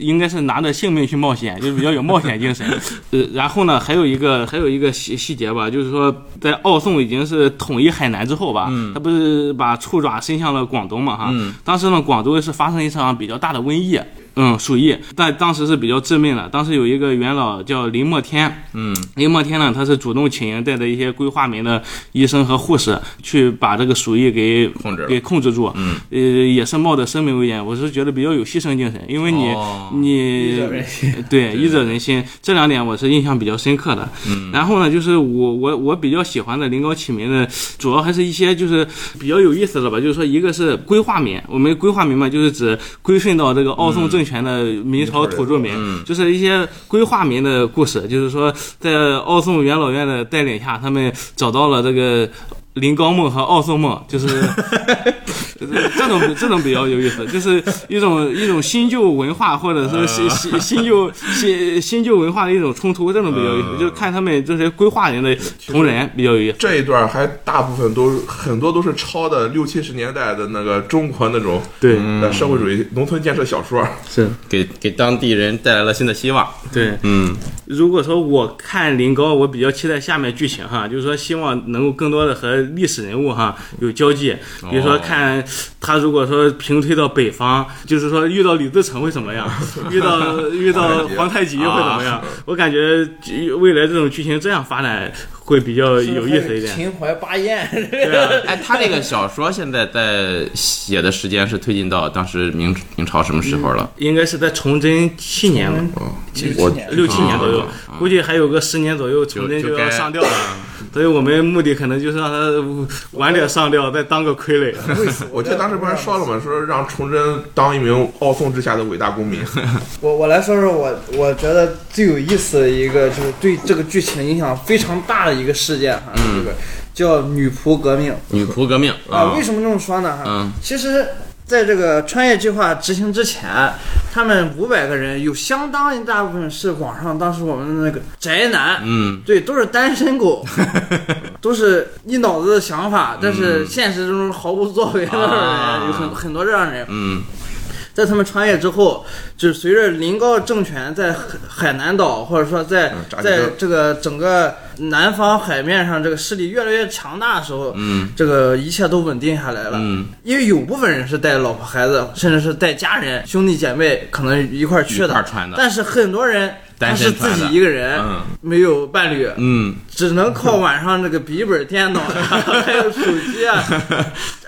Speaker 3: 应该是拿着性命去冒险，就是比较有冒险 精神。呃，然后呢，还有一个还有一个细细节吧，就是说在奥宋已经是统一海南之后吧，他不是把触爪伸向了广东嘛哈。
Speaker 1: 嗯
Speaker 3: 当时呢，广州是发生一场比较大的瘟疫。嗯，鼠疫，但当时是比较致命的。当时有一个元老叫林默天，
Speaker 1: 嗯
Speaker 3: 林默天呢，他是主动请缨，带着一些规划民的医生和护士去把这个鼠疫给
Speaker 1: 控制了
Speaker 3: 给控制住。
Speaker 1: 嗯，
Speaker 3: 呃，也是冒着生命危险，我是觉得比较有牺牲精神，因为你、
Speaker 1: 哦
Speaker 3: 你 对医者仁心这两点我是印象比较深刻的。嗯，然后呢，就是我我我比较喜欢的临高启民的，主要还是一些就是比较有意思的吧，就是说一个是规划民，我们规划民嘛，就是指归顺到这个奥宋政权的嗯明朝嗯土著民，就是一些规划民的故事，就是说在奥宋元老院的带领下，他们找到了这个。林高梦和奥宋梦，就是这种这种比较有意思，就是一种一种新旧文化或者是新新新旧新新旧文化的一种冲突，这种比较有意思，就是看他们这些规划人的同人比较有意思。
Speaker 2: 这一段还大部分都是很多都是抄的六七十年代的那个中国那种
Speaker 3: 对
Speaker 2: 呃社会主义农村建设小说，
Speaker 3: 是
Speaker 1: 给给当地人带来了新的希望。
Speaker 3: 对。
Speaker 1: 嗯
Speaker 3: 如果说我看林高，我比较期待下面剧情哈，就是说希望能够更多的和历史人物哈有交际，比如说看他如果说平推到北方，就是说遇到李自成会怎么样，遇到遇到皇太极会怎么样？我感觉未来这种剧情这样发展会比较嗯有意思一点。
Speaker 5: 秦淮八艳，
Speaker 3: 对 啊，
Speaker 1: 哎，他这个小说现在在写的时间是推进到当时明明朝什么时候了？
Speaker 3: 应该是在崇祯七年吧，
Speaker 2: 我
Speaker 3: 六七年左右
Speaker 1: 啊，
Speaker 3: 估计还有个十年左右，崇祯
Speaker 1: 就
Speaker 3: 要
Speaker 1: 该啊
Speaker 3: 上吊了。所以我们目的可能就是让他晚点上吊，再当个傀儡。
Speaker 2: 我记得当时不是还说了吗？说让崇祯当一名奥宋之下的伟大公民，
Speaker 5: 啊我我来说说我我觉得最有意思的一个就是对这个剧情影响非常大的一个事件哈，
Speaker 3: 嗯
Speaker 5: 这个叫女仆革命
Speaker 1: 女仆革命
Speaker 5: 啊。
Speaker 1: 啊
Speaker 5: 为，什么这么说呢？哈，
Speaker 1: 嗯
Speaker 5: 其实。在这个穿越计划执行之前，他们五百个人有相当一大部分是网上当时我们的那个宅男，
Speaker 1: 嗯
Speaker 5: 对，都是单 身狗，都是一脑子的想法，但是现实中毫无作为的那种
Speaker 1: 嗯啊
Speaker 5: 人，有很很多这样的人。
Speaker 1: 嗯
Speaker 5: 在他们穿越之后，就是随着林高政权在海海南岛，或者说在
Speaker 2: 嗯扎根
Speaker 5: 在这个整个南方海面上这个势力越来越强大的时候，
Speaker 1: 嗯
Speaker 5: 这个一切都稳定下来了。
Speaker 1: 嗯
Speaker 5: 因为有部分人是带老婆孩子，甚至是带家人、兄弟姐妹，可能一块儿去
Speaker 1: 一块儿
Speaker 5: 的，
Speaker 1: 穿的
Speaker 5: 但是很多人他
Speaker 1: 单
Speaker 5: 是
Speaker 1: 身
Speaker 5: 自
Speaker 1: 穿的
Speaker 5: 己一个人，
Speaker 1: 嗯
Speaker 5: 没有伴侣，
Speaker 1: 嗯，
Speaker 5: 只能靠晚上这个笔记本电脑 呀，还有手机啊。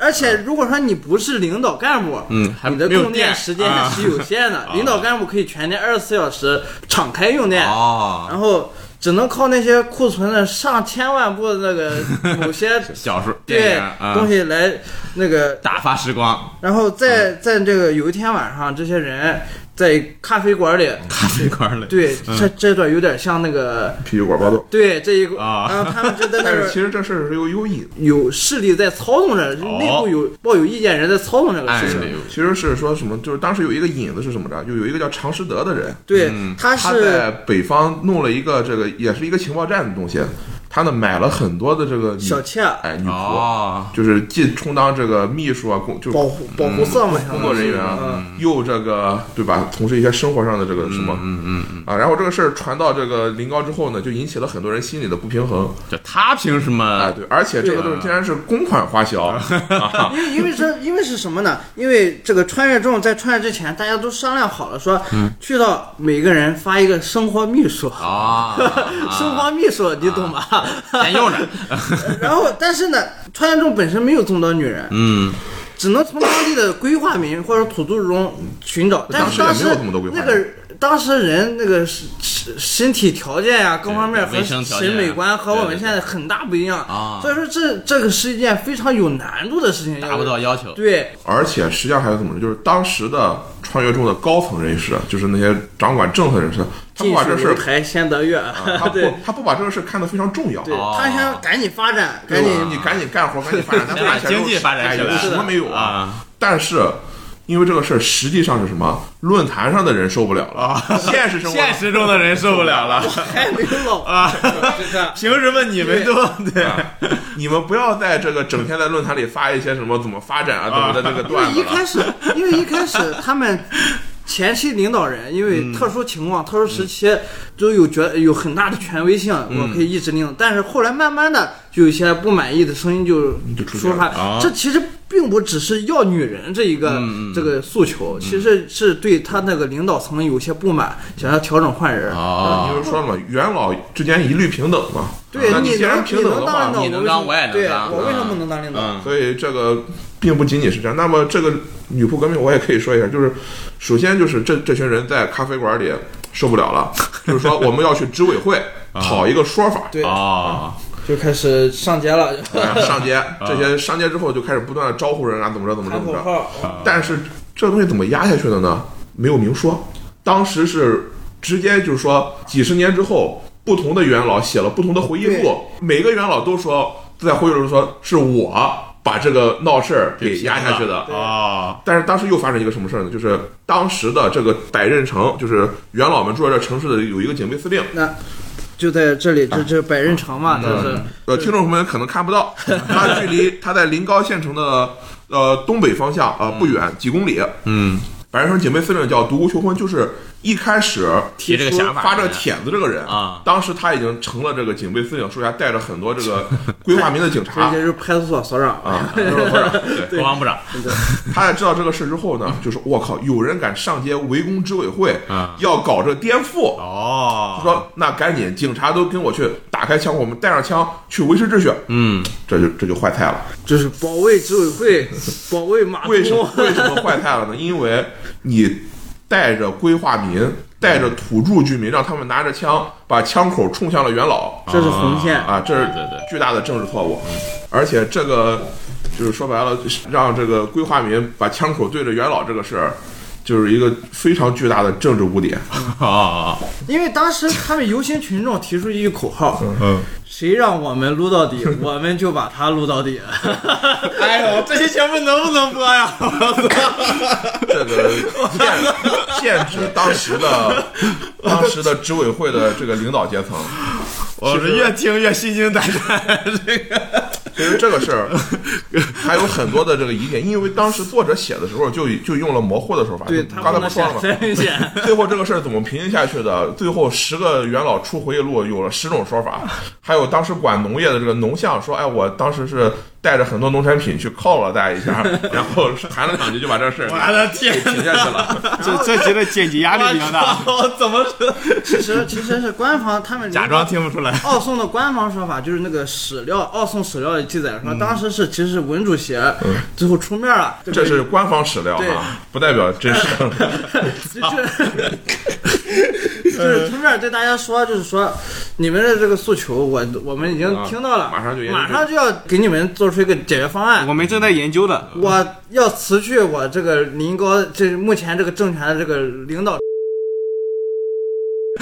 Speaker 5: 而且如果说你不是领导干部，
Speaker 1: 嗯还
Speaker 5: 你的
Speaker 1: 没有
Speaker 5: 供电
Speaker 1: 电
Speaker 5: 时间
Speaker 1: 啊
Speaker 5: 是有 限的，领导干部可以全天二十四小时敞开用电，
Speaker 1: 哦，
Speaker 5: 然后只能靠那些库存了上千万部的 那个某些。
Speaker 1: 小说电
Speaker 5: 对
Speaker 1: 影啊
Speaker 5: 东，西来那个，
Speaker 1: 打发时光，
Speaker 5: 然后在
Speaker 1: 啊
Speaker 5: 在这个有一天晚上，这些人在咖啡馆里，
Speaker 1: 咖啡馆 里，
Speaker 5: 对这这段有点像那个，
Speaker 2: 啤酒馆暴动。
Speaker 5: 对这一个，
Speaker 1: 啊
Speaker 5: 然后他们就在那
Speaker 2: 但
Speaker 5: 儿
Speaker 2: 是其实这事儿是有有隐，
Speaker 5: 有势力在操纵着，就
Speaker 1: 哦
Speaker 5: 内部有抱有意见人在操纵这个
Speaker 1: 暗
Speaker 5: 事
Speaker 1: 里
Speaker 5: 情。
Speaker 1: 有
Speaker 2: 其实是说什么？就是当时有一个引子是什么着？就有一个叫常识德的人，
Speaker 5: 对，他
Speaker 2: 嗯他
Speaker 5: 是
Speaker 2: 在北方弄了一个这个，也是一个情报站的东西。他呢买了很多的这个女
Speaker 5: 小妾
Speaker 2: 哎女仆，
Speaker 1: 哦，
Speaker 2: 就是既充当这个秘书啊，工就是
Speaker 5: 保护保护色嘛，
Speaker 2: 嗯工作人员
Speaker 5: 相当于是嗯
Speaker 2: 啊，又这个对吧？从事一些生活上的这个什么，嗯嗯嗯啊，然后这个事儿传到这个临高之后呢，就引起了很多人心里的不平衡，
Speaker 1: 就他凭什
Speaker 2: 哎，
Speaker 1: 么？
Speaker 2: 对，而且这个都是竟然是公款花 销，啊
Speaker 5: 嗯因为因为这因为是什么呢？因为这个穿越众在穿越之前，大家都商量好了说，去到每个人发一个生活秘书。
Speaker 2: 啊
Speaker 1: 哦，
Speaker 5: 生活秘书，你懂吧？
Speaker 1: 先用着。
Speaker 5: 然后，但是呢，川原众本身没有这么多女人，
Speaker 1: 嗯，
Speaker 5: 只能从当地的规划民或者土著中寻找。但是
Speaker 2: 当
Speaker 5: 当
Speaker 2: 时
Speaker 5: 时
Speaker 2: 也没有这么多规划
Speaker 5: 那个当时人那个身身身体条件呀、各方面
Speaker 1: 对
Speaker 5: 和
Speaker 1: 卫生条件
Speaker 5: 审
Speaker 1: 啊
Speaker 5: 美观和我
Speaker 1: 对对
Speaker 5: 们现在很大不一样
Speaker 1: 啊
Speaker 5: 所以说这这个是一件非常有难度的事情，
Speaker 1: 达不到要求。
Speaker 5: 对。
Speaker 2: 而且实际上还有怎么着，就是当时的穿越众的高层人士，就是那些掌管政策人士，他不
Speaker 5: 近
Speaker 2: 把
Speaker 5: 水
Speaker 2: 这事
Speaker 5: 楼
Speaker 2: 儿，
Speaker 5: 台先得月，
Speaker 2: 啊他不
Speaker 5: 对
Speaker 2: 他不把这个事儿看得非常重要。
Speaker 5: 对，
Speaker 1: 哦
Speaker 5: 他想赶紧发展，赶
Speaker 2: 对
Speaker 5: 紧
Speaker 2: 吧你赶紧干活，赶紧发展，咱
Speaker 1: 先把
Speaker 2: 发展起来
Speaker 1: 经济发展
Speaker 2: 哎
Speaker 1: 起来
Speaker 2: 有什么没有
Speaker 1: 啊？
Speaker 2: 但是。因为这个事儿实际上是什么？论坛上的人受不了了， 现实生活
Speaker 1: 现实中的人受不了了
Speaker 5: 还没有老
Speaker 1: 啊！
Speaker 5: 这个
Speaker 1: 凭什么你们都对？
Speaker 2: 你们不要在这个整天在论坛里发一些什么怎么发展啊怎么的这个
Speaker 5: 因为
Speaker 2: 段子
Speaker 5: 一
Speaker 2: 了。
Speaker 5: 开始，因为一开始他们前期领导人因
Speaker 1: 嗯
Speaker 5: 为特殊情况、特殊时期都有觉有很大的权威性，我
Speaker 1: 嗯
Speaker 5: 可以一直领导。但是后来慢慢的，就有一些不满意的声音就
Speaker 2: 就出现
Speaker 5: 说出来
Speaker 1: 了啊。
Speaker 5: 这其实并不只是要女人这一个
Speaker 1: 嗯嗯
Speaker 5: 这个诉求，其实是对他那个领导层有些不满，想要调整换人。
Speaker 1: 哦
Speaker 2: 啊你，就是说了嘛，元老之间一律平等嘛。
Speaker 5: 对，
Speaker 1: 啊
Speaker 2: 那
Speaker 5: 你
Speaker 2: 既然
Speaker 5: 能
Speaker 2: 平等的话
Speaker 5: 当领，导，
Speaker 1: 你能
Speaker 5: 为什
Speaker 1: 当
Speaker 5: 么
Speaker 1: 我也能
Speaker 5: 对
Speaker 1: 当
Speaker 5: 我为什么
Speaker 1: 嗯
Speaker 5: 不能当领导？
Speaker 1: 嗯
Speaker 2: 所以这个并不仅仅是这样。那么这个女仆革命，我也可以说一下，就是首先就是这这群人在咖啡馆里受不了了，就是说我们要去执委会讨一个说法，
Speaker 5: 对，
Speaker 1: 哦，
Speaker 5: 就开始上街了，
Speaker 2: 哎上街，这些上街之后就开始不断的招呼人啊，怎么着怎么着
Speaker 5: 喊
Speaker 1: 嗯
Speaker 2: 怎么
Speaker 5: 口
Speaker 2: 着。
Speaker 5: 号。
Speaker 2: 但是这东西怎么压下去的呢？没有明说，当时是直接就是说几十年之后，不同的元老写了不同的回忆录，每个元老都说在回忆录中说是我把这个闹事儿给压下去的啊。
Speaker 1: 哦，
Speaker 2: 但是当时又发生一个什么事儿呢？就是当时的这个百仞城，就是元老们住在这城市的有一个警备司令。
Speaker 5: 那就在这里，这
Speaker 1: 啊
Speaker 5: 这百人城
Speaker 1: 嗯
Speaker 5: 嘛，这是
Speaker 2: 呃，听众朋友们可能看不 到，它距离它在临高县城的呃东北方向啊、呃不远几公里。
Speaker 1: 嗯，
Speaker 2: 百人城警备司令叫独孤求婚，就是一开始
Speaker 1: 提这个想法
Speaker 2: 发这个帖子这个人
Speaker 1: 啊
Speaker 2: 当时他已经成了这个警备司令，手下带着很多这 个规划民的警
Speaker 5: 这
Speaker 2: 察
Speaker 5: 就是派出所所长
Speaker 2: 啊，就是说
Speaker 1: 国防部长，
Speaker 2: 他在知道这个事之后呢，就是我靠，有人敢上街围攻执委会，
Speaker 1: 啊
Speaker 2: 要搞这颠覆，
Speaker 1: 哦，
Speaker 2: 说那赶紧，警察都跟我去打开枪，我们带上枪去维持秩序，
Speaker 1: 嗯，
Speaker 2: 这就这就坏菜了。
Speaker 5: 就是保卫执委 会，保卫
Speaker 1: 啊
Speaker 5: 马
Speaker 2: 为什么
Speaker 5: 东，
Speaker 2: 为什么坏菜了呢？因为你带着规划民，带着土著居民，让他们拿着枪，把枪口冲向了元老
Speaker 5: 这是红线。
Speaker 2: 啊，这是
Speaker 1: 对对嗯对
Speaker 2: 巨大的政治错误。而且这个就是说白了，让这个规划民把枪口对着元老这个事儿，就是一个非常巨大的政治污点。
Speaker 1: 哦，
Speaker 5: 因为当时他们游行群众提出一句口号：
Speaker 1: 嗯，
Speaker 5: 谁让我们撸到 底，我们就把他撸到底。
Speaker 1: 哎呦，这期节目能不能播呀？
Speaker 2: 这个剑剑指当时的当时的执委会的这个领导阶层。
Speaker 1: 我是越听越心惊胆 战，这个
Speaker 2: 其实这个事儿还有很多的这个疑点，因为当时作者写的时候就就用了模糊的手法。
Speaker 5: 对
Speaker 2: 就
Speaker 5: 他
Speaker 2: 刚才不
Speaker 5: 不能
Speaker 2: 说
Speaker 5: 选
Speaker 2: 了吗？
Speaker 5: 三人选，
Speaker 2: 最后这个事儿怎么平息下去的？最后十个元老出回忆录，有了十种说法，还有当时管农业的这个农相说：“哎，我当时是带着很多农产品去犒劳大家一下， 然后谈了两句就把这事儿
Speaker 1: 我的天
Speaker 2: 给停下去了。
Speaker 3: 这 这集的剪辑压力比较大。
Speaker 1: 我怎么
Speaker 5: 其实其实是官方他们
Speaker 1: 假装听不出来？
Speaker 5: 奥宋的官方说法就是那个史料，奥宋史料里记载
Speaker 1: 嗯
Speaker 5: 说，当时是其实是文主席最后出面了，”这
Speaker 2: 这是官方史料
Speaker 5: 对
Speaker 2: 啊，不代表真实。嗯
Speaker 5: 就是就是出面对大家说，就是说你们的这个诉求，我我们已经听到了，
Speaker 2: 啊马上就研究
Speaker 5: 马上就要给你们做出一个解决方案
Speaker 3: 我。们正在研究的，
Speaker 5: 我要辞去我这个临高这目前这个政权的这个领导，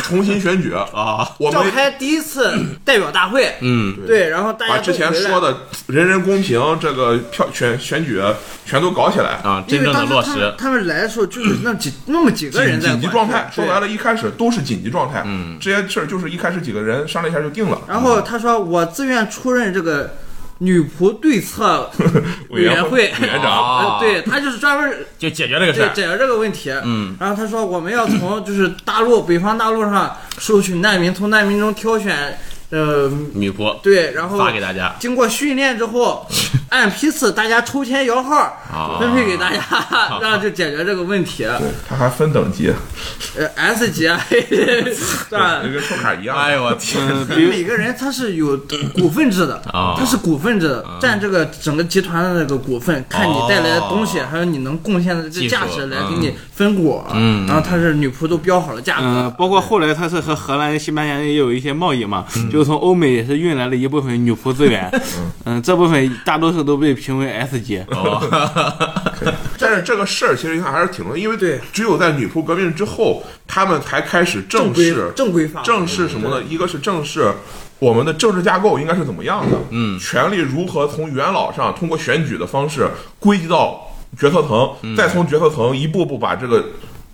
Speaker 2: 重新选举，啊
Speaker 1: 哦，
Speaker 2: 我
Speaker 5: 召
Speaker 2: 们
Speaker 5: 开第一次代表大会，
Speaker 1: 嗯，
Speaker 5: 对，然后大家
Speaker 2: 把
Speaker 5: 都
Speaker 2: 之前
Speaker 5: 回来
Speaker 2: 说的人人公平这个票选选举全都搞起来。
Speaker 1: 啊，
Speaker 5: 因
Speaker 1: 真
Speaker 5: 为
Speaker 1: 正的
Speaker 5: 当时
Speaker 1: 落
Speaker 5: 他们
Speaker 1: 实，
Speaker 5: 他们来的时候，就是那 几那么几个人在
Speaker 2: 紧急
Speaker 5: 管
Speaker 2: 状态，
Speaker 5: 对
Speaker 2: 说白了，一开始都是紧急状态。嗯，这些事儿就是一开始几个人商量一下就定了。
Speaker 5: 然后他说：“我自愿出任这个女仆 对策
Speaker 2: 委
Speaker 5: 嗯委
Speaker 2: 员
Speaker 5: 员
Speaker 2: 会
Speaker 5: 会
Speaker 2: 委员长
Speaker 5: 呃对他就是专门
Speaker 1: 就解决这个事
Speaker 5: 对
Speaker 1: 儿，
Speaker 5: 解决这个问题。嗯，然后他说我们要从就是大陆北方大陆上收取难民，从难民中挑选，呃，
Speaker 1: 女仆
Speaker 5: 对，然后
Speaker 1: 发给大家，
Speaker 5: 经过训练之后，按批次大家抽签摇
Speaker 1: 啊
Speaker 5: 号分配给大家， 然后就解决这个问题。
Speaker 2: 对，它还分等级，
Speaker 5: 呃，S 级啊， 是吧？
Speaker 2: 就跟抽卡一样。
Speaker 1: 哎呦我天
Speaker 3: 呃
Speaker 5: 每个人他是有股份制的
Speaker 1: 啊，
Speaker 5: 他是股份制的，占这个整个集团的那个股份，看你带来的东西，
Speaker 1: 哦
Speaker 5: 还有你能贡献的这价
Speaker 1: 技术
Speaker 5: 值来给
Speaker 1: 嗯
Speaker 5: 你分股。
Speaker 1: 嗯
Speaker 5: 然后他是女仆都标好了价格，
Speaker 3: 嗯，包括后来他是和荷兰、西班牙也有一些贸易嘛，就是从欧美也是运来了一部分女仆资源， 嗯，这部分大多数都被评为 S 级。
Speaker 1: 哦，
Speaker 2: 但是这个事儿其实影响还是挺重要，因为
Speaker 5: 对，
Speaker 2: 只有在女仆革命之后，他们才开始正
Speaker 5: 规
Speaker 2: 式
Speaker 5: 正规法，
Speaker 2: 正式什么呢？一个是正式。我们的政治架构应该是怎么样的？嗯，权力如何从元老上通过选举的方式归集到决策层，再从决策层一步步把这个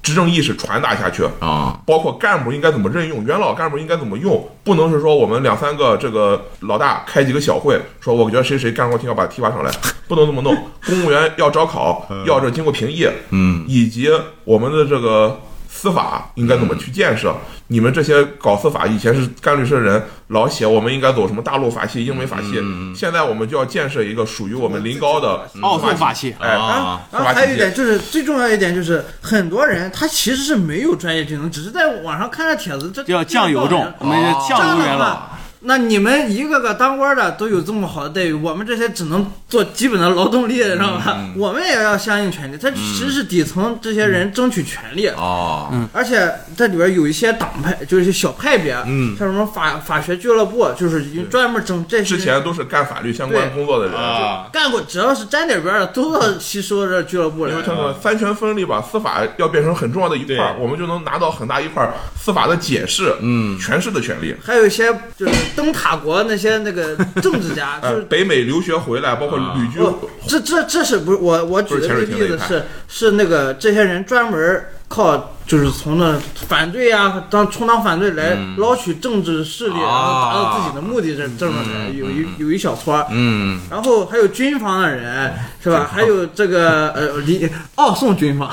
Speaker 2: 执政意识传达下去。
Speaker 5: 嗯
Speaker 1: 啊，
Speaker 2: 包括干部应该怎么任用，元老干部应该怎么用，不能是说我们两三个这个老大开几个小会，说我觉得谁谁干活挺好，把他提拔上来，不能这么弄。公务员要招考，要这经过评议，
Speaker 1: 嗯，
Speaker 2: 以及我们的这个司法应该怎么去建设。你们这些搞司法以前是干律师的人，老写我们应该走什么大陆法系、英美法系，现在我们就要建设一个属于我们临高的
Speaker 3: 奥宋法系
Speaker 2: 哎，
Speaker 1: 啊
Speaker 5: 然后还有一点就是最重要一点就是，很多人他其实是没有专业技能，只是在网上看着帖子，这
Speaker 3: 叫酱油重，我们叫
Speaker 5: 这样
Speaker 3: 酱油
Speaker 5: 的
Speaker 3: 元老。
Speaker 5: 话，那你们一个个当官的都有这么好的待遇，我们这些只能做基本的劳动力，知道
Speaker 2: 嗯
Speaker 5: 吧？我们也要相应权利，它其实是底层这些人争取权利。
Speaker 1: 哦，
Speaker 5: 而且这里边有一些党派，就是一些小派别，
Speaker 1: 嗯
Speaker 5: 像什么法法学俱乐部，就是已经专门整这些
Speaker 2: 之前都是干法律相关
Speaker 5: 对
Speaker 2: 工作的人。
Speaker 1: 啊，
Speaker 5: 干过，只要是沾点边儿的，都要吸收这俱乐部来
Speaker 2: 因为。他们三权分立吧，司法要变成很重要的一块儿，
Speaker 1: 对
Speaker 2: 我们就能拿到很大一块儿司法的解释，嗯，诠释的权利。
Speaker 5: 还有一些就是灯塔国那些那个政治 家，就
Speaker 2: 呃，
Speaker 5: 是
Speaker 2: 北美留学回来，包括旅居，
Speaker 5: 不，哦这这这是不是我我举的这个例子是是那个这些人专门靠就是从那反对啊当充当反对来捞取政治势力，
Speaker 1: 啊
Speaker 5: 然后达到自己的目的这这种人有一有一小撮，
Speaker 1: 嗯，
Speaker 5: 然后还有军方的人是吧？还有这个呃离奥宋军方，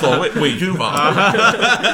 Speaker 2: 所谓伪军阀，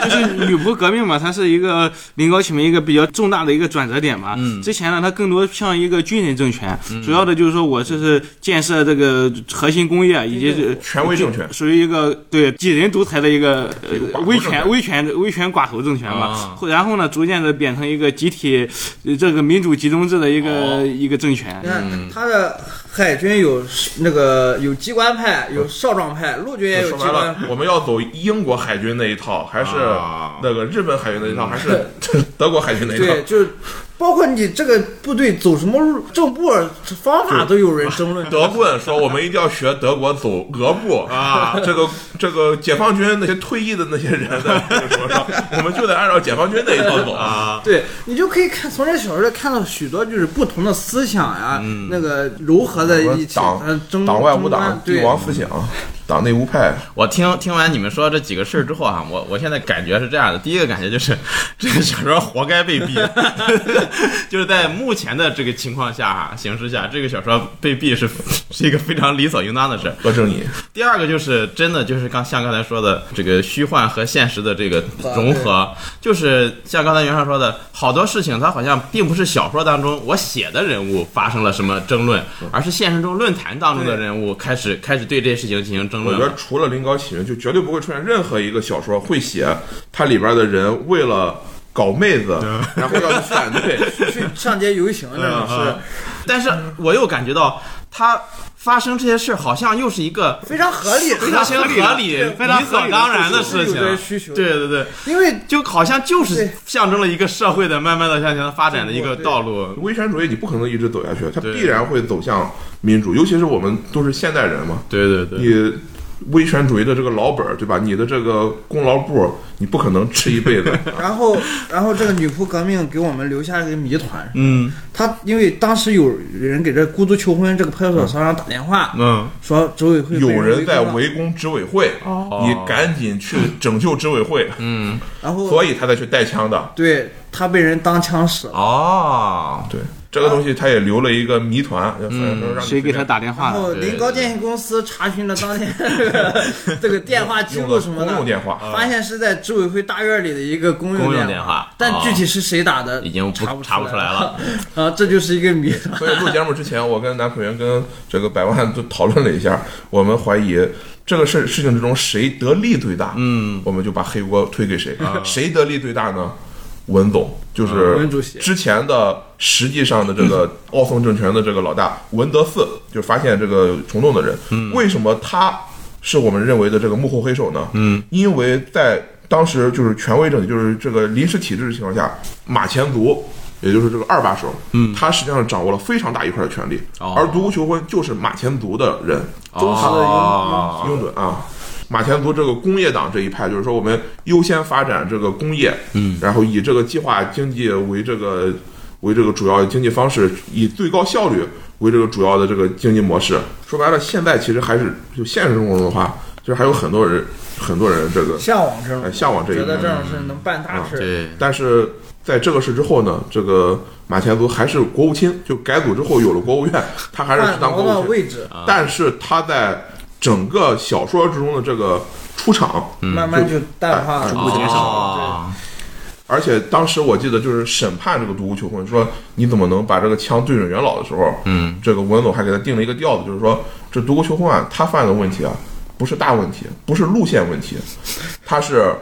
Speaker 3: 就是女仆革命嘛，它是一个临高起民一个比较重大的一个转折点嘛。嗯，之前呢，它更多像一个军人政权，主要的就是说我这是建设这个核心工业以及这
Speaker 2: 权威政权。
Speaker 3: 属于一个对几人独裁的一个
Speaker 2: 寡
Speaker 3: 呃
Speaker 2: 头
Speaker 3: 威
Speaker 2: 政
Speaker 3: 权
Speaker 2: 权
Speaker 3: 威权威权寡头政权
Speaker 1: 啊
Speaker 3: 嘛，后然后呢，逐渐的变成一个集体呃这个民主集中制的一
Speaker 1: 哦
Speaker 3: 个一个政权
Speaker 5: 你。看他的海军有那个有机关派，有少壮派，陆军也有
Speaker 2: 说
Speaker 5: 机
Speaker 2: 白
Speaker 5: 关
Speaker 2: 了，我们要走英国海军那一套，还是
Speaker 1: 啊
Speaker 2: 那个日本海军那一套，还是 德国海军那一套
Speaker 5: 对，？就是包括你这个部队走什么路、正步、啊方法都有人 争论。
Speaker 2: 德棍说：“我们一定要学德国走俄步啊！ 这个这个解放军那些退役的那些人在这个什么上，我们就得按照解放军那一套走啊！
Speaker 5: 对你就可以看从这小说里看到许多就是不同的思想呀、那个柔和在一
Speaker 2: 嗯
Speaker 5: 起，
Speaker 2: 党
Speaker 5: 呃争
Speaker 2: 党外无
Speaker 5: 争端
Speaker 2: 党，帝
Speaker 5: 对，
Speaker 2: 王思想，党内无派。
Speaker 1: 我听听完你们说这几个事儿之后啊，我我现在感觉是这样的，第一个感觉就是这个小说活该被毙， 就是在目前的这个情况下啊，形势下，这个小说被毙是是一个非常理所应当的事儿。
Speaker 2: 和正义，
Speaker 1: 第二个就是真的就是刚像刚才说的这个虚幻和现实的这个融合，就是像刚才袁绍说的，好多事情它好像并不是小说当中我写的人物发生了什么争论，而是现实中论坛当中的人物开始开始对这些事情进行争
Speaker 2: 我
Speaker 1: 论
Speaker 2: 觉
Speaker 1: 了。
Speaker 5: 嗯
Speaker 2: 得除了《临高起源》，就绝对不会出现任何一个小说会写它里边的人为了搞妹子，然后要去反对。
Speaker 5: 去上街游 行这
Speaker 2: 嗯
Speaker 5: 种是
Speaker 1: 但是我又感觉到它发生这些事儿好像又是一个
Speaker 5: 非常合理，
Speaker 1: 非常合理、
Speaker 3: 非常
Speaker 1: 理
Speaker 3: 合
Speaker 1: 所
Speaker 3: 理的
Speaker 1: 当然的
Speaker 5: 是
Speaker 1: 事
Speaker 5: 有
Speaker 1: 情。
Speaker 5: 这些需求，，
Speaker 1: 对对对，
Speaker 5: 因为
Speaker 1: 就好像就是
Speaker 5: 对
Speaker 1: 象征了一个社会的慢慢的向前发展的一个
Speaker 5: 对
Speaker 1: 道路。
Speaker 2: 威权主义你不可能一直走下去，它
Speaker 1: 对
Speaker 2: 必然会走向民主，尤其是我们都是现代人嘛，
Speaker 1: 对对对，
Speaker 2: 你威权主义的这个老本儿，对吧？你的这个功劳簿，你不可能吃一辈子。
Speaker 5: 然后然后这个女仆革命给我们留下了一个谜团，
Speaker 1: 嗯
Speaker 5: 她因为当时有人给这孤独求婚这个派出所所长打电话，
Speaker 1: 嗯，
Speaker 5: 说执委会被
Speaker 2: 有人在
Speaker 5: 攻了，
Speaker 2: 围攻执委会，你赶紧去拯救执委会，
Speaker 5: 然后
Speaker 2: 所以他才去带枪的。
Speaker 5: 对他被人当枪使了。
Speaker 1: 哦，
Speaker 2: 对，这个东西他也留了一个谜团，反正让你
Speaker 3: 谁
Speaker 2: 随
Speaker 3: 给他
Speaker 2: 便
Speaker 3: 打电
Speaker 5: 然
Speaker 3: 话
Speaker 5: 后
Speaker 3: 了？
Speaker 5: 临哦高电信公司查询了 当天这个这个电话记
Speaker 2: 用
Speaker 5: 录
Speaker 2: 的
Speaker 5: 什么啊
Speaker 2: 公用
Speaker 5: 的，
Speaker 2: 电话，
Speaker 5: 发现是在居委会大院里的一个公
Speaker 1: 公用
Speaker 5: 用
Speaker 1: 电话
Speaker 5: 但
Speaker 1: 哦
Speaker 5: 具体是谁打的
Speaker 1: 已经不
Speaker 5: 查不
Speaker 1: 查不出来 了。
Speaker 2: 哦
Speaker 5: 啊，这就是一个谜团。
Speaker 2: 所以录节目之前，我跟男朋友跟这个百万都讨论了一下，我们怀疑这个事事情之中谁得利最大，嗯，我们就把黑锅推给谁，谁得利最大呢？文总就是
Speaker 5: 文主席
Speaker 2: 之前的实际上的这个奥宋政权的这个老大文德四，就发现这个虫洞的人，为什么他是我们认为的这个幕后黑手呢？嗯，因为在当时就是权威政体，就是这个临时体制的情况下，马前卒。也就是这个二把手，嗯，他实际上掌握了非常大一块的权力，
Speaker 1: 哦
Speaker 2: 而独孤求婚就是马前卒的人，忠实的
Speaker 1: 哦
Speaker 2: 拥趸啊。马前卒这个工业党这一派，就是说我们优先发展这个工业，嗯，然后以这个计划经济为这个为这个主要经济方式，以最高效率为这个主要的这个经济模式。说白了，现在其实还是就现实生活中的话，就是还有很多人很多人这个
Speaker 5: 向往这
Speaker 2: 呃
Speaker 5: 种，
Speaker 2: 向往这一嗯
Speaker 5: 觉得
Speaker 2: 派
Speaker 5: 这。种事能办大事。
Speaker 1: 对，
Speaker 2: 但是在这个事之后呢，这个马前卒还是国务卿，就改组之后有了国务院，他还是
Speaker 5: 换
Speaker 2: 当国
Speaker 5: 挪
Speaker 2: 务
Speaker 5: 到
Speaker 2: 卿。
Speaker 5: 位置，
Speaker 2: 但是他在整个小说之中的这个出场，
Speaker 5: 慢慢就淡化
Speaker 2: 哎
Speaker 5: 了
Speaker 2: 嗯逐。步减少
Speaker 1: 哦，
Speaker 2: 而且当时我记得就是审判这个独孤求婚，说你怎么能把这个枪对准元老的时候，
Speaker 1: 嗯，
Speaker 2: 这个文总还给他定了一个调子，就是说这独孤求婚啊，他犯的问题啊，不是大问题，不是路线问题，他是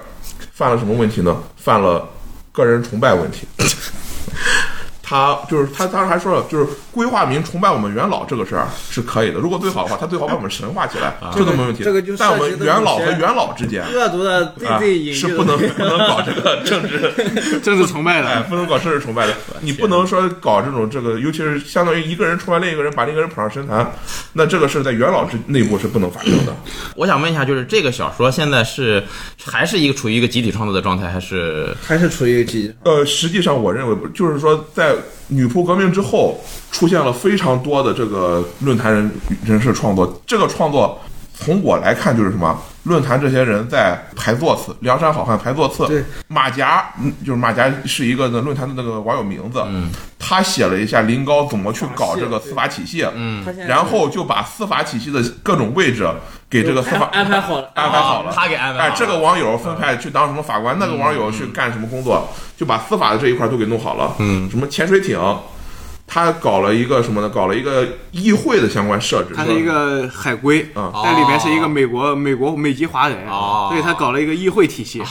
Speaker 2: 犯了什么问题呢？犯了个人崇拜问题。 他就是他当时还说了，就是规划民崇拜我们元老这个事儿是可以的，如果最好的话，他最好把我们神化起来，这都没问题。
Speaker 5: 这个就
Speaker 2: 但我们
Speaker 5: 涉及到
Speaker 2: 元老
Speaker 5: 有
Speaker 2: 和
Speaker 5: 些
Speaker 2: 元老之间。
Speaker 5: 恶毒的对
Speaker 2: 啊
Speaker 5: 对隐喻
Speaker 2: 是
Speaker 5: 的
Speaker 2: 不能不能搞这个政治
Speaker 3: 政治崇拜
Speaker 2: 哎，
Speaker 3: 的，
Speaker 2: 不能搞政治崇拜的，你不能说搞这种这个，尤其是相当于一个人崇拜另一个人，把另一个人捧上神坛，那这个事在元老之内部是不能发生的。
Speaker 1: 我想问一下，就是这个小说现在是还是一个处于一个集体创作的状态，还是
Speaker 5: 还是处于一个极
Speaker 2: 呃，实际上我认为不，就是说在女仆革命之后，出现了非常多的这个论坛人人士创作，这个创作。从我来看，就是什么论坛这些人在排座次，梁山好汉排座次，
Speaker 5: 对
Speaker 2: 马甲，嗯就是马甲是一个呢论坛的那个网友名字，他写了一下林高怎么去搞这个司法体系，嗯
Speaker 5: 他现在
Speaker 2: 然后就把司法体系的各种位置给这个司法
Speaker 5: 安排好了，啊
Speaker 2: 安排好了，
Speaker 1: 哦他给安排好
Speaker 2: 哎
Speaker 1: 了，
Speaker 2: 这个网友分派去当什么法官，那个网友去干什么工作，就把司法的这一块都给弄好了。嗯，什么潜水艇，他搞了一个什么呢？搞了一个议会的相关设置。
Speaker 3: 他是一个海归，
Speaker 2: 嗯
Speaker 3: 但里面是一个美国美国美籍华人，
Speaker 1: 哦
Speaker 3: 所以他搞了一个议会体系。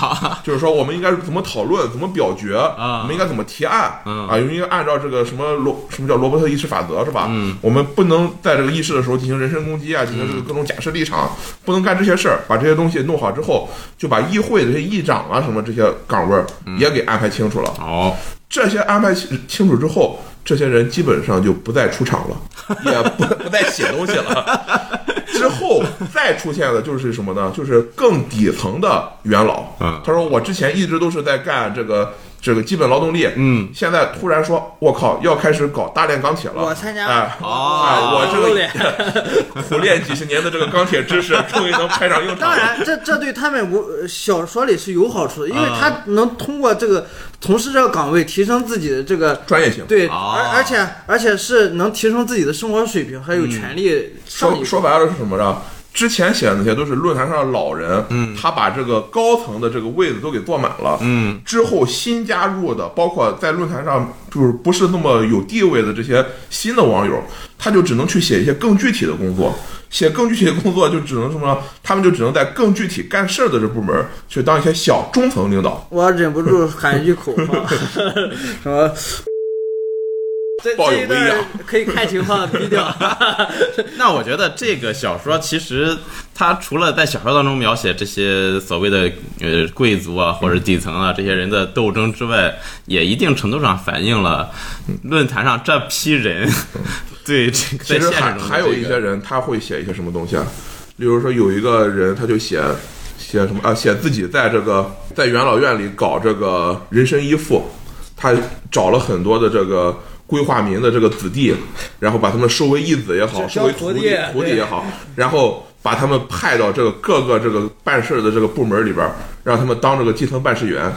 Speaker 2: 就是说我们应该怎么讨论，怎么表决，我们应该怎么提案、啊？因为按照这个什么罗什么叫罗伯特议事法则是吧？我们不能在这个议事的时候进行人身攻击啊，进行这个各种假设立场，不能干这些事儿。把这些东西弄好之后，就把议会的这些议长啊什么这些岗位儿也给安排清楚了。
Speaker 1: 哦，
Speaker 2: 这些安排清清楚之后，这些人基本上就不再出场 了，也不不再写东西了。之后再出现的就是什么呢？就是更底层的元老。
Speaker 1: 嗯
Speaker 2: 他说我之前一直都是在干这个这个基本劳动力，
Speaker 1: 嗯，
Speaker 2: 现在突然说，我靠，要开始搞大炼钢铁了。
Speaker 5: 我参加
Speaker 2: 哎，
Speaker 1: 哦
Speaker 2: 哎我这
Speaker 5: 露
Speaker 2: 个
Speaker 5: 脸。
Speaker 2: 苦练几十年的这个钢铁知识， 终于能派上用场。
Speaker 5: 当，然，哎这这对他们无呃小说里是有好处的，因
Speaker 2: 嗯
Speaker 5: 为他能通过这个从事这个岗位提升自己的这个
Speaker 2: 专业性。
Speaker 5: 对，
Speaker 1: 哦
Speaker 5: 而而且而且是能提升自己的生活水平，还有权利上一
Speaker 2: 嗯说
Speaker 5: 步
Speaker 2: 说白了是什么呢？之前写的那些都是论坛上的老人，嗯，他把这个高层的这个位子都给坐满了， 嗯，之后新加入的，包括在论坛上就是不是那么有地位的这些新的网友，他就只能去写一些更具体的工作，写更具体的工作就只能什么呢？他们就只能在更具体干事儿的这部门儿去当一些小中层领导，
Speaker 5: 我忍不住喊一句口号， 什么？这
Speaker 2: 抱有
Speaker 5: 这一
Speaker 2: 威
Speaker 5: 段
Speaker 2: 亚
Speaker 5: 可以开情况 低调。
Speaker 1: 那我觉得这个小说其实它除了在小说当中描写这些所谓的呃贵族啊或者底层啊这些人的斗争之外，也一定程度上反映了论坛上这批人 对 这个
Speaker 2: 其
Speaker 1: 在
Speaker 2: 实
Speaker 1: 现实
Speaker 2: 还
Speaker 1: 中的
Speaker 2: 还有
Speaker 1: 这
Speaker 2: 一
Speaker 1: 个
Speaker 2: 些人他会写一些什么东西啊？例如说有一个人他就写写什么啊？写自己在这个在元老院里搞这个人参依附，他找了很多的这个规划民的这个子弟，然后把他们收为义子也好，收为徒弟
Speaker 5: 教徒弟
Speaker 2: 徒弟也好，然后。把他们派到这个各个这个办事的这个部门里边儿，让他们当这个基层办事员，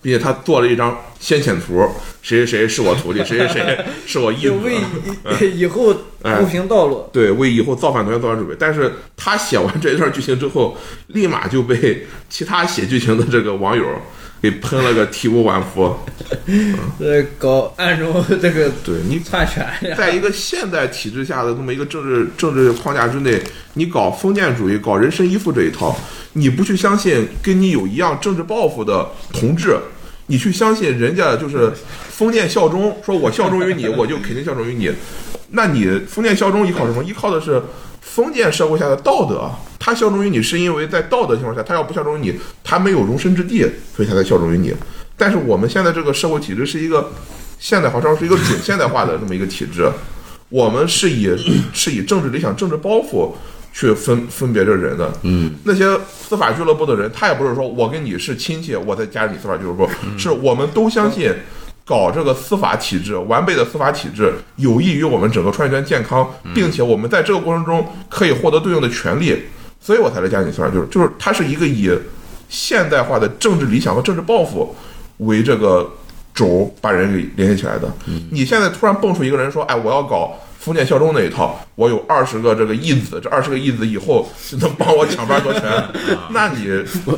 Speaker 2: 并且他做了一张先遣图，谁谁谁是我徒弟，谁谁谁是我义
Speaker 5: 就
Speaker 2: 子，
Speaker 5: 为
Speaker 2: 嗯
Speaker 5: 以以后
Speaker 2: 哎
Speaker 5: 铺平道路。
Speaker 2: 对，为以后造反团做好准备。但是他写完这一段剧情之后，立马就被其他写剧情的这个网友给喷了个体无完肤。
Speaker 5: 呃，搞暗中这个
Speaker 2: 对你
Speaker 5: 篡权呀，
Speaker 2: 在一个现代体制下的那么一个政治政治框架之内，你搞封建主义、搞人身依附这一套，你不去相信跟你有一样政治抱负的同志，你去相信人家就是封建效忠，说我效忠于你，我就肯定效忠于你。那你封建效忠依靠什么？依靠的是封建社会下的道德。啊他效忠于你是因为在道德情况下，他要不效忠于你，他没有容身之地，所以他才效忠于你。但是我们现在这个社会体制是一个现代化，甚至是一个准现代化的这么一个体制。我们是以 是以政治理想、政治包袱去分分别这人的。嗯，那些司法俱乐部的人，他也不是说我跟你是亲戚，我再加入你司法俱乐部，是我们都相信。搞这个司法体制，完备的司法体制有益于我们整个创业圈健康，并且我们在这个过程中可以获得对应的权利，所以我才来加入你司法就是就是它是一个以现代化的政治理想和政治抱负为这个轴把人给联系起来的。
Speaker 3: 嗯
Speaker 2: 你现在突然蹦出一个人说，哎，我要搞封建效忠那一套，我有二十个这个义子，这二十个义子以后就能帮我抢班夺权， 啊那你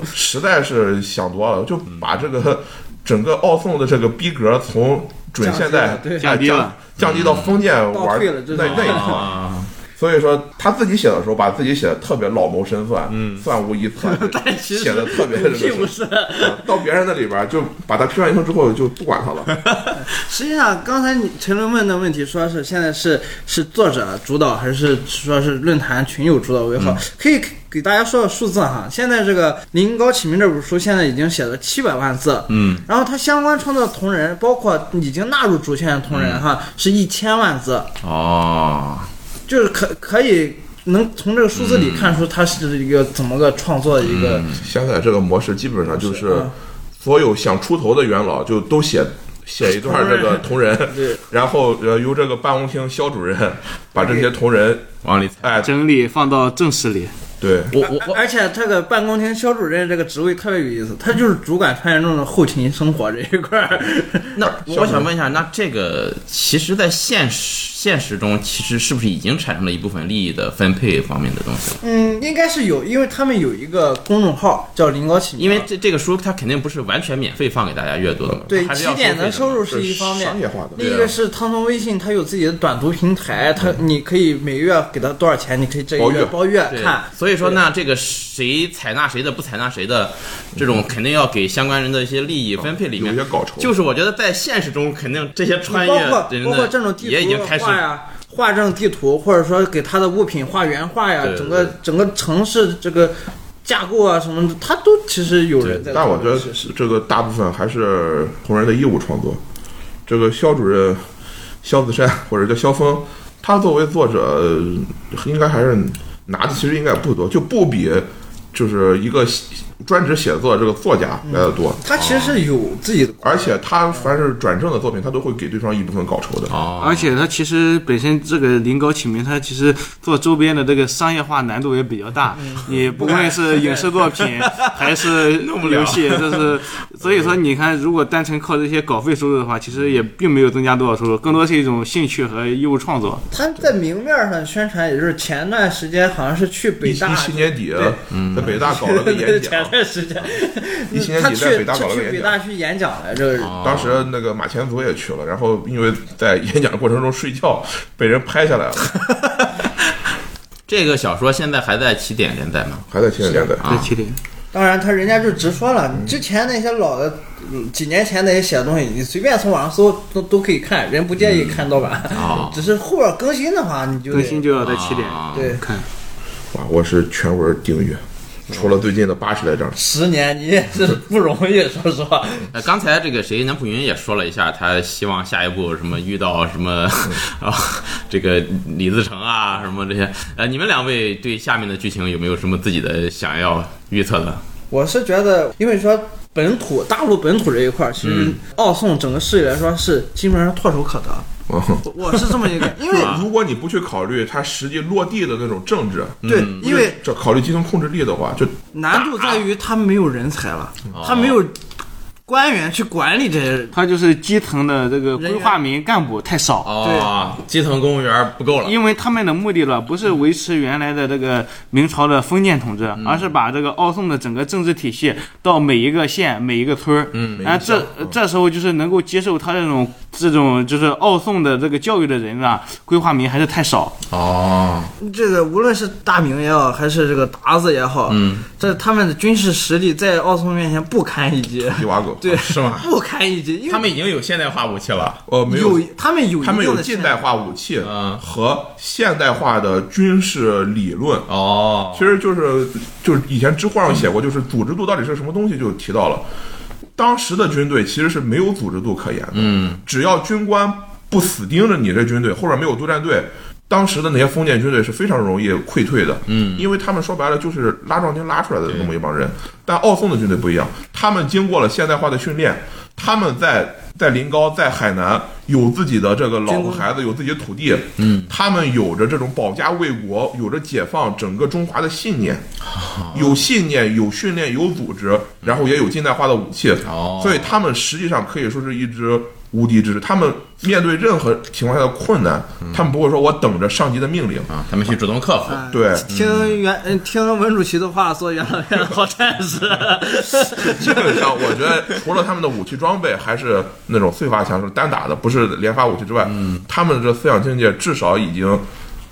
Speaker 2: 实在是想多了，就
Speaker 3: 嗯
Speaker 2: 把这个整个奥宋的这个逼格从准现代
Speaker 5: 降低了对嗯
Speaker 2: 哎
Speaker 3: 降
Speaker 2: 降
Speaker 3: 低了
Speaker 2: 低到封建玩
Speaker 5: 倒
Speaker 2: 儿
Speaker 5: 退了这
Speaker 2: 那
Speaker 5: 种
Speaker 2: 那一套。
Speaker 1: 啊，
Speaker 2: 所以说他自己写的时候，把自己写的特别老谋深算，嗯，算无一策，写的特别这个
Speaker 5: 并不是。
Speaker 2: 啊到别人那里边儿就把他批判一通之后就不管他了，
Speaker 5: 实际上，刚才你陈伦问的问题，说是现在是是作者主导，还是说是论坛群友主导为
Speaker 1: 嗯
Speaker 5: 好？可以给大家说个数字哈。现在这个《临高启明》这本书现在已经写了七百万字，
Speaker 1: 嗯，
Speaker 5: 然后它相关创作的同人，包括已经纳入主线的同人
Speaker 1: 嗯
Speaker 5: 哈，是一千万字，
Speaker 1: 哦，
Speaker 5: 就是可可以能从这个数字里看出它是一个怎么个创作的一个。
Speaker 1: 嗯
Speaker 2: 现在这个模式基本上就是是
Speaker 5: 嗯
Speaker 2: 所有想出头的元老就都写。写一段这个同人，
Speaker 5: 对
Speaker 2: 然后呃由这个办公厅肖主任把这些同人，
Speaker 1: 往里踩。
Speaker 2: 哎，
Speaker 3: 整理放到正史里，
Speaker 2: 对，
Speaker 1: 我我我
Speaker 5: 而且这个办公厅肖主任这个职位特别有意思，他就是主管穿越中的后勤生活这一块儿。
Speaker 1: 那我想问一下，那这个其实，在现实现实中，其实是不是已经产生了一部分利益的分配方面的东西了？
Speaker 5: 嗯，应该是有，因为他们有一个公众号叫“林高启明”，
Speaker 1: 因为这这个书它肯定不是完全免费放给大家阅读的嘛，
Speaker 5: 对
Speaker 1: 还是要
Speaker 5: 起点
Speaker 1: 费
Speaker 5: 的收
Speaker 1: 嘛啊
Speaker 5: 入是一
Speaker 2: 是
Speaker 5: 方面
Speaker 2: 商业化的，
Speaker 5: 另一个是汤通微信，它有自己的短途平台，它你可以每月给它多少钱，你可以这一
Speaker 2: 包月
Speaker 5: 月包月
Speaker 1: 对
Speaker 5: 看。
Speaker 1: 所以说呢，这个谁采纳谁的，不采纳谁的，这种肯定要给相关人的一些利益分配里
Speaker 2: 有
Speaker 5: 哦
Speaker 1: 面
Speaker 2: 些。搞仇，
Speaker 1: 就是我觉得在现实中，肯定这些穿越
Speaker 5: 包括
Speaker 1: 人
Speaker 5: 包括这种
Speaker 1: 的
Speaker 5: 地
Speaker 1: 也已经
Speaker 5: 图
Speaker 1: 开始
Speaker 5: 画呀，画这种地图，或者说给他的物品画原画呀，
Speaker 1: 对对
Speaker 5: 整个
Speaker 1: 对
Speaker 5: 整个城市这个架构啊什么的，它都其实有人在做这个事。
Speaker 2: 但我觉得这个大部分还是同人的义务创作。这个肖主任、肖子山或者叫肖峰，他作为作者，呃应该还是拿的其实应该也不多，就不比就是一个专职写作的这个作家
Speaker 5: 嗯
Speaker 2: 来的多。
Speaker 5: 它其实是有自己的
Speaker 2: 而且他凡是转正的作品，他都会给对方一部分稿酬的。
Speaker 1: 哦，
Speaker 3: 而且它其实本身这个临高启明，它其实做周边的这个商业化难度也比较大。
Speaker 1: 嗯
Speaker 3: 你不管是影视作 品还是游戏，这是所以说你看，如果单纯靠这些稿费收入的话，其实也并没有增加多少收入，更多是一种兴趣和义务创作。
Speaker 5: 他在明面上宣传，也就是前段时间好像是去
Speaker 2: 一
Speaker 5: 北大
Speaker 2: 一七年底，啊在北大搞了个演
Speaker 5: 对
Speaker 2: 讲
Speaker 5: 前，段 时间，
Speaker 2: 一七年
Speaker 5: 他
Speaker 2: 底
Speaker 5: 去
Speaker 2: 在北大搞了
Speaker 5: 去
Speaker 2: 个演
Speaker 5: 去北
Speaker 2: 讲啊
Speaker 5: 大去演讲来着，
Speaker 2: 当时那个马前卒也去了，然后因为在演讲过程中睡觉，被人拍下来了，
Speaker 1: 这个小说现在还在起点连载吗？
Speaker 2: 还在七十年代。
Speaker 1: 啊
Speaker 3: 这起点，
Speaker 5: 当然他人家就直说
Speaker 2: 嗯
Speaker 5: 了，之前那些老的，嗯几年前那些写的东西，你随便从网上搜都都可以看，人不介
Speaker 2: 嗯
Speaker 5: 意看盗版
Speaker 2: 啊
Speaker 1: 哦，
Speaker 5: 只是后边更新的话，你就
Speaker 3: 更新
Speaker 5: 得
Speaker 3: 就要在起点
Speaker 1: 啊
Speaker 5: 对
Speaker 3: 看。
Speaker 2: 哇，啊我是全文订阅，除了最近的八十来章。
Speaker 5: 十年，你也是不容易，说实 话。
Speaker 1: 呃，刚才这个谁南浦云也说了一下，他希望下一步什么遇到什么 啊，这个李自成啊，什么这些。呃，你们两位对下面的剧情有没有什么自己的想要预测的？
Speaker 5: 我是觉得，因为说本土大陆本土这一块儿，其实奥宋整个势力来说是基本上唾手可得。
Speaker 2: 嗯，
Speaker 5: 我我是这么一个，因为
Speaker 2: 如果你不去考虑它实际落地的那种政治，嗯
Speaker 5: 对，因为
Speaker 2: 这考虑基层控制力的话，就哦
Speaker 5: 难度在于他没有人才了，他没有官员去管理这些人。
Speaker 3: 他就是基层的这个规划民干部太少，
Speaker 1: 哦，基层公务员不够了，
Speaker 3: 因为他们的目的了不是维持原来的这个明朝的封建统治，
Speaker 2: 嗯
Speaker 3: 而是把这个奥宋的整个政治体系到每一个县、每一个村儿，
Speaker 1: 嗯
Speaker 2: 每
Speaker 3: 啊，
Speaker 2: 一个
Speaker 3: 这
Speaker 2: 乡嗯
Speaker 3: 这时候就是能够接受他这种这种就是奥宋的这个教育的人啊，规划民还是太少。
Speaker 1: 哦，
Speaker 5: 这个无论是大明也好，还是这个达子也好，
Speaker 1: 嗯，
Speaker 5: 这他们的军事实力在奥宋面前不堪一击，
Speaker 2: 一瓦狗。啊
Speaker 5: 对，
Speaker 1: 是吗？
Speaker 5: 不堪一击，因为
Speaker 1: 他们已经有现代化武器了，
Speaker 2: 呃，没
Speaker 5: 有他们有一
Speaker 2: 他们
Speaker 5: 定
Speaker 2: 有
Speaker 5: 的
Speaker 2: 近
Speaker 5: 限
Speaker 2: 代化武器
Speaker 1: 嗯
Speaker 2: 和现代化的军事理论。
Speaker 1: 哦
Speaker 2: 其，实就是就是以前知乎上写过，就是组织度到底是什么东西，就提到了当时的军队其实是没有组织度可言的。
Speaker 1: 嗯，
Speaker 2: 只要军官不死盯着你这军队，后边没有督战队，当时的那些封建军队是非常容易溃退的。
Speaker 1: 嗯，
Speaker 2: 因为他们说白了就是拉壮丁拉出来的那么一帮人。但奥宋的军队不一样，他们经过了现代化的训练，他们在在临高、在海南有自己的这个老婆孩子，有自己的土地。
Speaker 1: 嗯，
Speaker 2: 他们有着这种保家卫国，有着解放整个中华的信念，有信念，有训练，有组织，然后也有近代化的武器。
Speaker 1: 哦
Speaker 2: 所以他们实际上可以说是一支无敌之师。他们面对任何情况下的困难，他们不会说我等着上级的命令。
Speaker 1: 啊，他们去主动克服，
Speaker 5: 啊
Speaker 2: 对
Speaker 5: 听袁嗯听文主席的话，说袁老 院好战 士，
Speaker 2: 基本上，我觉得除了他们的武器装备还是那种碎发枪是单打的，不是连发武器之外，
Speaker 5: 嗯
Speaker 2: 他们这思想境界至少已经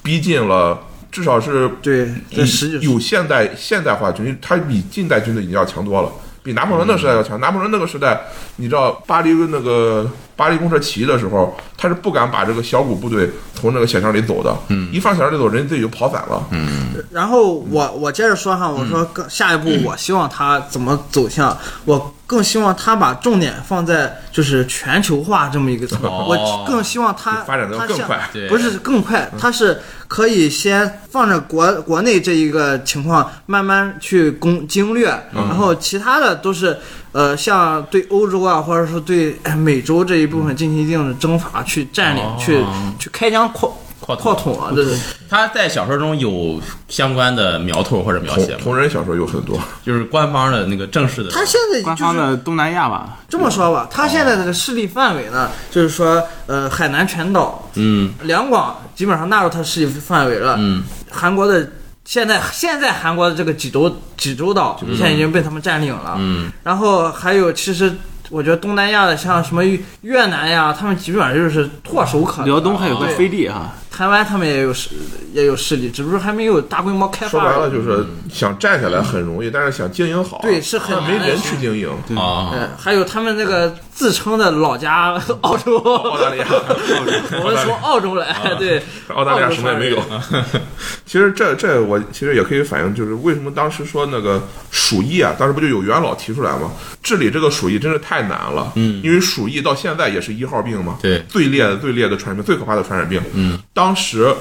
Speaker 2: 逼近了，至少是
Speaker 5: 对，这十九世纪
Speaker 2: 有现代现代化军，它比近代军队已经要强多了，比拿破仑那个时代要强。拿破仑那个时代，你知道巴黎那个巴黎公社起义的时候，他是不敢把这个小股部队从那个小巷里走的，嗯，一放小巷里走，人家自己就跑散了，嗯，
Speaker 5: 然后我我接着说哈，我说更下一步
Speaker 2: 嗯
Speaker 5: 我希望他怎么走向，我更希望他把重点放在就是全球化这么一个层面，
Speaker 1: 哦
Speaker 5: 我更希望他
Speaker 2: 发展得
Speaker 5: 他
Speaker 2: 更
Speaker 5: 像
Speaker 2: 快嗯
Speaker 1: 对
Speaker 5: 不是更快，他是可以先放着国国内这一个情况慢慢去
Speaker 2: 嗯
Speaker 5: 攻经略，然后其他的都是呃像对欧洲啊，或者说对哎美洲这一部分进行一定的征伐去占领，
Speaker 1: 哦
Speaker 5: 去去开疆扩
Speaker 1: 扩
Speaker 5: 扩土啊，这是。
Speaker 1: 他在小说中有相关的苗头或者描
Speaker 2: 同
Speaker 1: 写吗？
Speaker 2: 同人小说有很多，
Speaker 1: 就是官方的那个正式的，
Speaker 5: 他现在就
Speaker 3: 官
Speaker 5: 是
Speaker 3: 方的东南亚吧，
Speaker 5: 这么说吧，他现在这个势力范围呢，就是说，呃，海南全岛、
Speaker 1: 嗯
Speaker 5: 两广基本上纳入他势力范围了。
Speaker 1: 嗯，
Speaker 5: 韩国的现在现在韩国的这个济州济州岛现在已经被他们占领了。
Speaker 1: 嗯，
Speaker 5: 然后还有，其实我觉得东南亚的像什么越越南呀，他们基本上就是唾手可
Speaker 3: 辽
Speaker 5: 得。
Speaker 3: 东还有个飞地啊，
Speaker 5: 台湾他们也有势也有势力，只不过还没有大规模开
Speaker 2: 说
Speaker 5: 发。
Speaker 2: 白了就是想站下来很容易，但是想经营好，
Speaker 5: 对是很
Speaker 2: 但没
Speaker 5: 难的
Speaker 2: 人去经营。
Speaker 1: 啊，
Speaker 5: 嗯，还有他们那个自称的老家 澳洲，
Speaker 2: 哦澳大利亚，
Speaker 5: 我们从澳洲来， 对，
Speaker 2: 澳大利亚什么也没有
Speaker 5: 澳洲。
Speaker 2: 其实这这我其实也可以反映，就是为什么当时说那个鼠疫啊，当时不就有元老提出来吗？治理这个鼠疫真是太难了，嗯，因为鼠疫到现在也是一号病嘛，
Speaker 1: 对
Speaker 2: 最烈的最烈的传染病，最可怕的传染病，嗯，当时。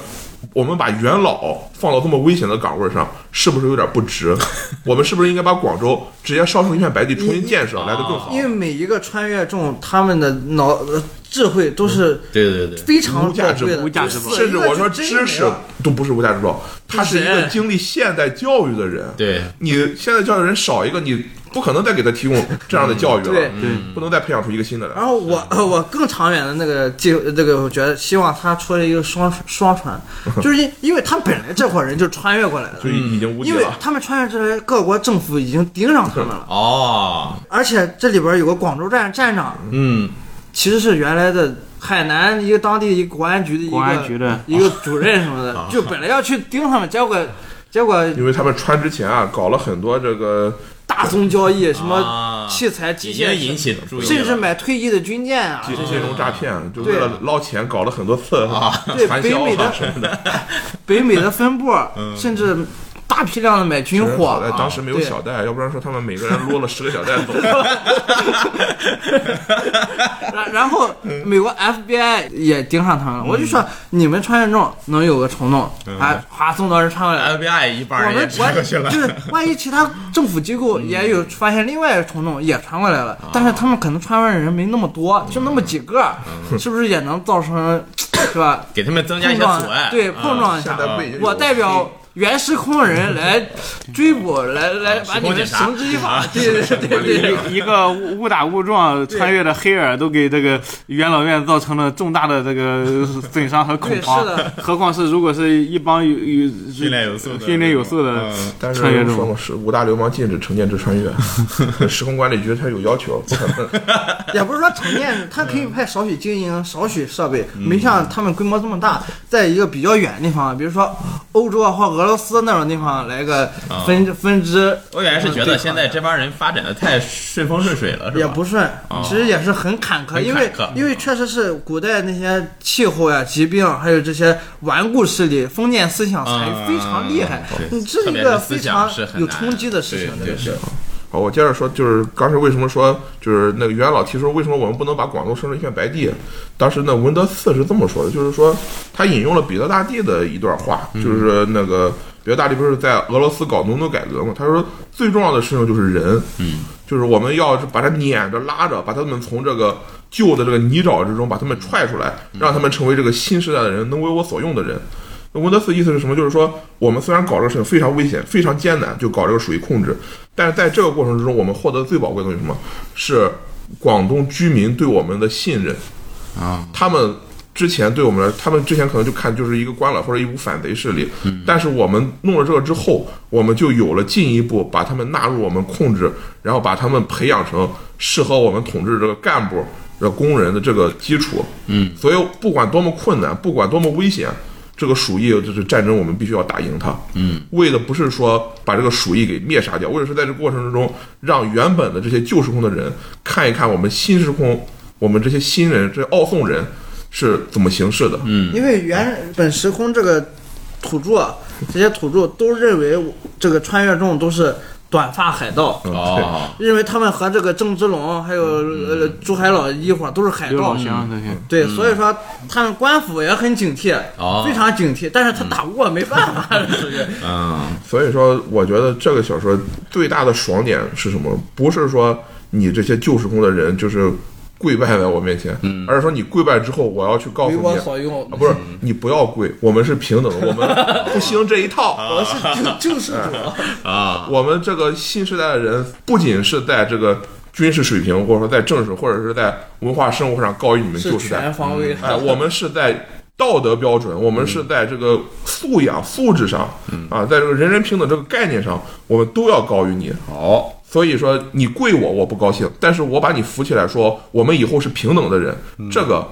Speaker 2: 我们把元老放到这么危险的岗位上，是不是有点不值？ 我们是不是应该把广州直接烧成一片白地，重新建设来得更好？
Speaker 5: 因为每一个穿越众，他们的脑呃智慧都是
Speaker 1: 对对对，
Speaker 5: 非常
Speaker 2: 无价
Speaker 5: 宝
Speaker 2: 之
Speaker 5: 贵的，
Speaker 3: 无价之宝
Speaker 2: 甚至我说知识都不是无价之宝，他是一
Speaker 5: 啊是啊
Speaker 2: 个
Speaker 5: 人
Speaker 2: 经历现代教育的人。
Speaker 1: 对，
Speaker 2: 你现在教育人少一个，你不可能再给他提供这样的教育了，
Speaker 5: 对
Speaker 2: 嗯不能再培养出一个新的来
Speaker 5: 然。后我呃我更长远的那个计这个，我觉得希望他出来一个双双船，就是因因为他本来这伙人就穿越过来的
Speaker 2: 就，已已经无敌
Speaker 5: 嗯因为
Speaker 2: 了，
Speaker 5: 他们穿越这来，各国政府已经盯上他们 了，
Speaker 1: 哦，
Speaker 5: 而且这里边有个广州站站长，
Speaker 1: 嗯，
Speaker 5: 其实是原来的海南一个当地一个国安局的一个
Speaker 3: 国安局的
Speaker 5: 一个主任什么的，就本来要去盯他们，结果结果
Speaker 2: 因为他们穿之前啊，搞了很多这个，
Speaker 5: 大宗交易，什
Speaker 1: 啊
Speaker 5: 么器材、
Speaker 1: 已
Speaker 5: 机
Speaker 1: 经
Speaker 5: 械，
Speaker 1: 引起注意了，
Speaker 5: 甚至买退役的军舰啊，
Speaker 2: 这这种诈骗，就为了捞钱搞了很多次啊
Speaker 5: 对
Speaker 2: 传
Speaker 5: 北
Speaker 2: 销
Speaker 5: 美
Speaker 2: 啊
Speaker 5: 的
Speaker 2: 什么的。
Speaker 5: 北美的分部，甚至大批量的买军
Speaker 2: 好在
Speaker 5: 火。啊
Speaker 2: 当时没有
Speaker 5: 对
Speaker 2: 小袋，要不然说他们每个 人摞了十个小袋走。
Speaker 5: 然然后美国 FBI 也盯上他们了，我就说你们穿越中能有个虫洞，还哗送到人穿过来。
Speaker 1: FBI 一帮
Speaker 5: 我
Speaker 1: 人也
Speaker 5: 们
Speaker 1: 支
Speaker 5: 国
Speaker 1: 过去了， 嗯
Speaker 5: 就是万一其他政府机构也有发现另外的虫洞也传过来
Speaker 1: 啊
Speaker 5: 了，但是他们可能穿过来的人没那么多，就那么几个，是不是 也能造成，是吧？
Speaker 1: 嗯给他们增加一些
Speaker 5: 碰撞
Speaker 1: 阻碍，
Speaker 5: 对
Speaker 1: 啊
Speaker 5: 碰撞一
Speaker 2: 现
Speaker 5: 下，
Speaker 2: 在不已经有
Speaker 5: 我代表原时空人来追捕，来
Speaker 1: 啊
Speaker 5: 来把你们绳之以法。对对对对对，
Speaker 3: 一个误误打误撞穿越的黑尔都给这个元老院造成了重大的这个损伤和恐慌。
Speaker 5: 对是的
Speaker 3: 何况是如果是一帮有有训
Speaker 6: 练有素的
Speaker 3: 训练有素的
Speaker 6: 嗯
Speaker 2: 但是
Speaker 3: 穿越
Speaker 2: 说
Speaker 3: 者，
Speaker 2: 嘛，是五大流氓禁止成年之穿 越， 时空管理局它有要求，不可能。
Speaker 5: 也不是说成年，他
Speaker 1: 嗯
Speaker 5: 可以派少许精英、少许设备，没像他们规模这么大，在一个比较远的地方，比如说欧洲啊或俄罗斯那种地方来个分分支，
Speaker 1: 啊
Speaker 5: 呃
Speaker 1: 我原来是觉得现在这帮人发展的太顺风顺水了，是吧？
Speaker 5: 也不是
Speaker 1: 哦，
Speaker 5: 其实也是很坎坷，
Speaker 1: 很
Speaker 5: 因为
Speaker 1: 坎坷嗯
Speaker 5: 因为确实是古代那些气候呀、疾病，还有这些顽固势力、封建思想才
Speaker 1: 嗯
Speaker 5: 非常厉害
Speaker 1: 对，
Speaker 5: 你这
Speaker 1: 特
Speaker 5: 是一
Speaker 1: 别
Speaker 5: 个
Speaker 1: 是
Speaker 5: 非
Speaker 1: 思想
Speaker 5: 常
Speaker 1: 是很
Speaker 5: 有
Speaker 1: 难
Speaker 5: 冲击的事情，
Speaker 1: 对
Speaker 5: 这
Speaker 1: 对
Speaker 5: 个
Speaker 1: 对
Speaker 5: 是。
Speaker 2: 好，我接着说，就是当时为什么说，就是那个元老提出为什么我们不能把广东生成一片白地？当时呢，文德四是这么说的，就是说他引用了彼得大帝的一段话，就是那个彼得大帝不是在俄罗斯搞农奴改革嘛？他说最重要的事情就是人，嗯，就是我们要把他撵着拉着，把他们从这个旧的这个泥沼之中把他们踹出来，让他们成为这个新时代的人，能为我所用的人。那文德斯意思是什么？就是说，我们虽然搞这个事情非常危险、非常艰难，就搞这个属于控制，但是在这个过程之中，我们获得最宝贵的东西是什么？是广东居民对我们的信任啊！他们之前对我们来，他们之前可能就看就是一个官老或者一股反贼势力，但是我们弄了这个之后，我们就有了进一步把他们纳入我们控制，然后把他们培养成适合我们统治这个干部、这个工人的这个基础。嗯，所以不管多么困难，不管多么危险。这个鼠疫就是战争，我们必须要打赢它。嗯，为的不是说把这个鼠疫给灭杀掉，为的是在这个过程之中，让原本的这些旧时空的人看一看我们新时空，我们这些新人，这些奥宋人是怎么行事的。嗯，
Speaker 5: 因为原本时空这个土著，啊这些土著都认为我这个穿越众都是短发海盗，
Speaker 2: 嗯
Speaker 1: 哦，
Speaker 5: 认为他们和这个郑芝龙还有呃朱海老一伙都是海
Speaker 3: 刘
Speaker 5: 盗
Speaker 3: 老。
Speaker 2: 嗯
Speaker 3: 乡这些。
Speaker 5: 对，所以说他们官府也很警惕
Speaker 1: 哦，
Speaker 5: 非常警惕，但是他
Speaker 2: 嗯
Speaker 5: 打不过没办法， 属于
Speaker 1: 嗯，
Speaker 2: 所以说，我觉得这个小说最大的爽点是什么？不是说你这些旧时空的人就是跪拜在我面前，嗯，而是说你跪拜之后，我要去告诉
Speaker 5: 为
Speaker 2: 你，
Speaker 5: 我所用
Speaker 2: 啊，。 不是你不要跪，我们是平等的，我们不兴这一套。
Speaker 5: 我是救救世
Speaker 2: 哎
Speaker 5: 主，
Speaker 1: 啊
Speaker 2: 我们这个新时代的人，不仅是在这个军事水平，或者说在政治，或者是在文化生活上高于你们旧
Speaker 5: 是
Speaker 2: 时代
Speaker 5: 全，方位
Speaker 2: 哎，
Speaker 5: 的。
Speaker 2: 我们是在道德标准，我们是
Speaker 1: 嗯
Speaker 2: 在这个素养、素质上，啊，在这个人人平等这个概念上，我们都要高于你。
Speaker 1: 好，
Speaker 2: 所以说，你跪我，我不高兴，但是我把你扶起来说，我们以后是平等的人，
Speaker 1: 嗯
Speaker 2: 这个。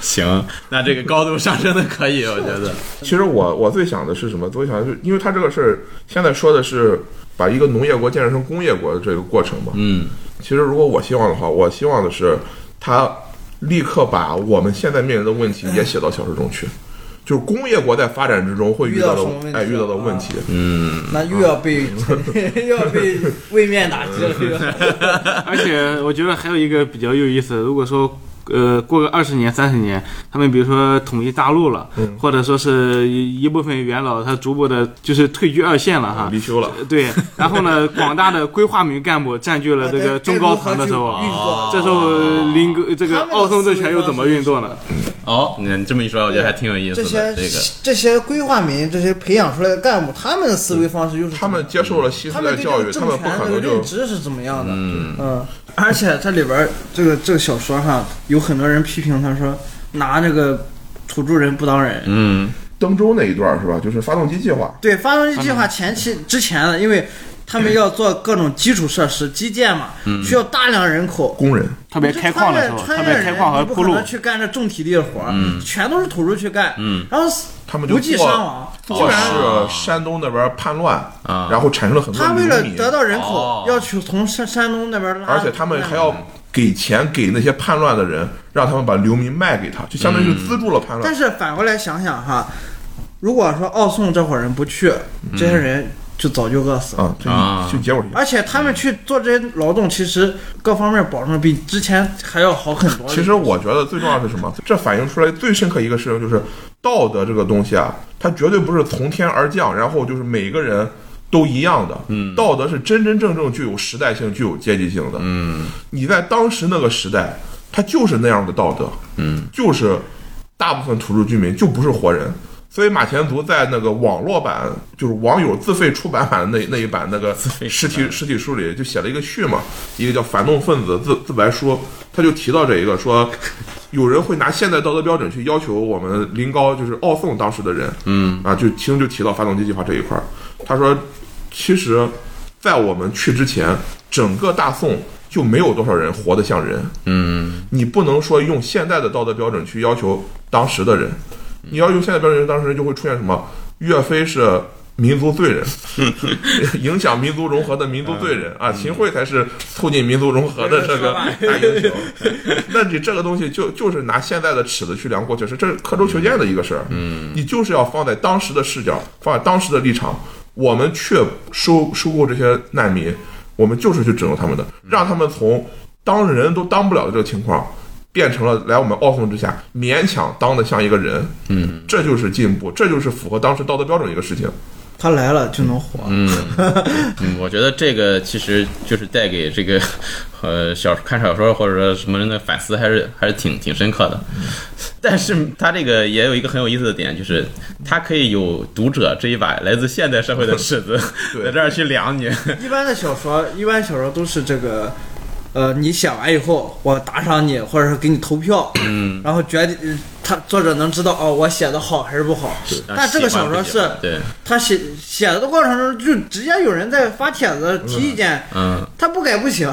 Speaker 1: 行，那这个高度上升的可以，我觉得，
Speaker 2: 其实我我最想的是什么？最想的是，因为他这个事儿现在说的是把一个农业国建设成工业国的这个过程嘛。
Speaker 1: 嗯，
Speaker 2: 其实如果我希望的话，我希望的是他立刻把我们现在面临的问题也写到小说中去，就是工业国在发展之中会遇到的
Speaker 5: 遇到什么问题
Speaker 2: 哎遇到的
Speaker 5: 啊
Speaker 2: 问题。
Speaker 1: 嗯
Speaker 5: 那又要被 又要被位面打击了，这个
Speaker 3: 而且我觉得还有一个比较有意思，如果说。呃，过个二十年、三十年，他们比如说统一大陆了，或者说是一一部分元老他逐步的，就是退居二线了哈，
Speaker 2: 离休了
Speaker 3: 呃对，然后呢，广大的规划民干部占据了这个中高层的时候，
Speaker 5: 运作
Speaker 3: 这时候林格这个奥松政权又怎么运作呢？
Speaker 1: 哦，你这么一说，我觉得还挺有意思
Speaker 5: 这
Speaker 1: 的，
Speaker 5: 些
Speaker 1: 这个。
Speaker 5: 这些规划民、这些培养出来的干部，他们的思维方式又是
Speaker 2: 嗯他们接受了新时
Speaker 5: 他
Speaker 2: 代
Speaker 5: 们对
Speaker 2: 教
Speaker 5: 这
Speaker 2: 育，
Speaker 5: 个
Speaker 2: 他
Speaker 5: 政
Speaker 2: 们不
Speaker 5: 权
Speaker 2: 可
Speaker 5: 的
Speaker 2: 能就
Speaker 5: 认知是怎么样的？嗯而且这里边儿这个这个小说哈，有很多人批评他说拿这个土著人不当人。
Speaker 1: 嗯，
Speaker 2: 登州那一段是吧？就是发动机计划，
Speaker 5: 对，发动机计划前期之前的，因为他们要做各种基础设施、基建嘛，
Speaker 2: 嗯
Speaker 5: 需要大量人口。
Speaker 2: 工人
Speaker 3: 特别开矿的时候，
Speaker 5: 穿
Speaker 3: 特
Speaker 5: 越
Speaker 3: 别开矿和
Speaker 5: 不
Speaker 3: 铺
Speaker 5: 可
Speaker 3: 路
Speaker 5: 能，去干这重体力的活儿，全都是土著去干。嗯，然后
Speaker 2: 嗯他们就
Speaker 5: 无计
Speaker 2: 做
Speaker 5: 伤亡，基
Speaker 2: 做
Speaker 5: 本
Speaker 2: 事
Speaker 5: 上。
Speaker 2: 山东那边叛乱
Speaker 1: 啊，
Speaker 2: 然后产生了很多
Speaker 5: 他为了
Speaker 2: 流民
Speaker 5: 得到人
Speaker 1: 哦
Speaker 5: 口，要去从山山东那边拉，
Speaker 2: 而且他们还要给钱给那些叛乱的人，让他们把流民卖给他，就相当
Speaker 1: 嗯
Speaker 2: 于是资助了叛乱。
Speaker 5: 但是反过来想想哈，如果说奥宋这伙人不去，
Speaker 2: 嗯
Speaker 5: 这些人就早就饿死了。
Speaker 2: 啊，这
Speaker 1: 啊
Speaker 2: 就结果是一样。
Speaker 5: 而且他们去做这些劳动，其实各方面保证比之前还要好很多。
Speaker 2: 其实我觉得最重要的是什么？这反映出来最深刻一个事情就是道德这个东西啊，它绝对不是从天而降，然后就是每个人都一样的。嗯，道德是真真正正具有时代性、具有阶级性的。嗯，你在当时那个时代，它就是那样的道德。嗯，就是大部分土著居民就不是活人。所以马前卒在那个网络版，就是网友自费出版版的那那一版那个实体实体书里，就写了一个序嘛，一个叫《反动分子自自白书》，他就提到这一个 说，有人会拿现代道德标准去要求我们临高，就是奥宋当时的人，嗯啊，就其中就提到发动机计划这一块儿，他说，其实，在我们去之前，整个大宋。就没有多少人活得像人。
Speaker 1: 嗯，
Speaker 2: 你不能说用现在的道德标准去要求当时的人，你要用现在标准，当时就会出现什么？岳飞是民族罪人， 影响民族融合的民族罪人啊，秦桧才是促进民族融合的 这个大英雄。 那你这个东西就就是拿现在的尺子去量过去，是这是刻舟求剑的一个事儿。
Speaker 1: 嗯，
Speaker 2: 你就是要放在当时的视角，放在当时的立场，我们却收收购这些难民。我们就是去拯救他们的，让他们从当人都当不了的这个情况，变成了来我们奥送之下勉强当的像一个人。
Speaker 1: 嗯，
Speaker 2: 这就是进步，这就是符合当时道德标准的一个事情。
Speaker 5: 他来了就能火，
Speaker 1: 嗯，嗯，我觉得这个其实就是带给这个 呃小看小说或者说什么人的反思，还是还是挺挺深刻的。但是他这个也有一个很有意思的点，就是他可以有读者这一把来自现代社会的尺 子
Speaker 2: 对
Speaker 1: 在这儿去量你。
Speaker 5: 一般的小说，一般小说都是这个，呃，你写完以后，我打赏你，或者是给你投票，嗯，然后决定呃他作者能知道哦，我写的好还是不好。但这个小说
Speaker 1: 喜
Speaker 5: 是
Speaker 1: 欢不喜欢 对，
Speaker 5: 他写写的过程中，就直接有人在发帖子提意见，
Speaker 1: 嗯
Speaker 5: 他不改 不行，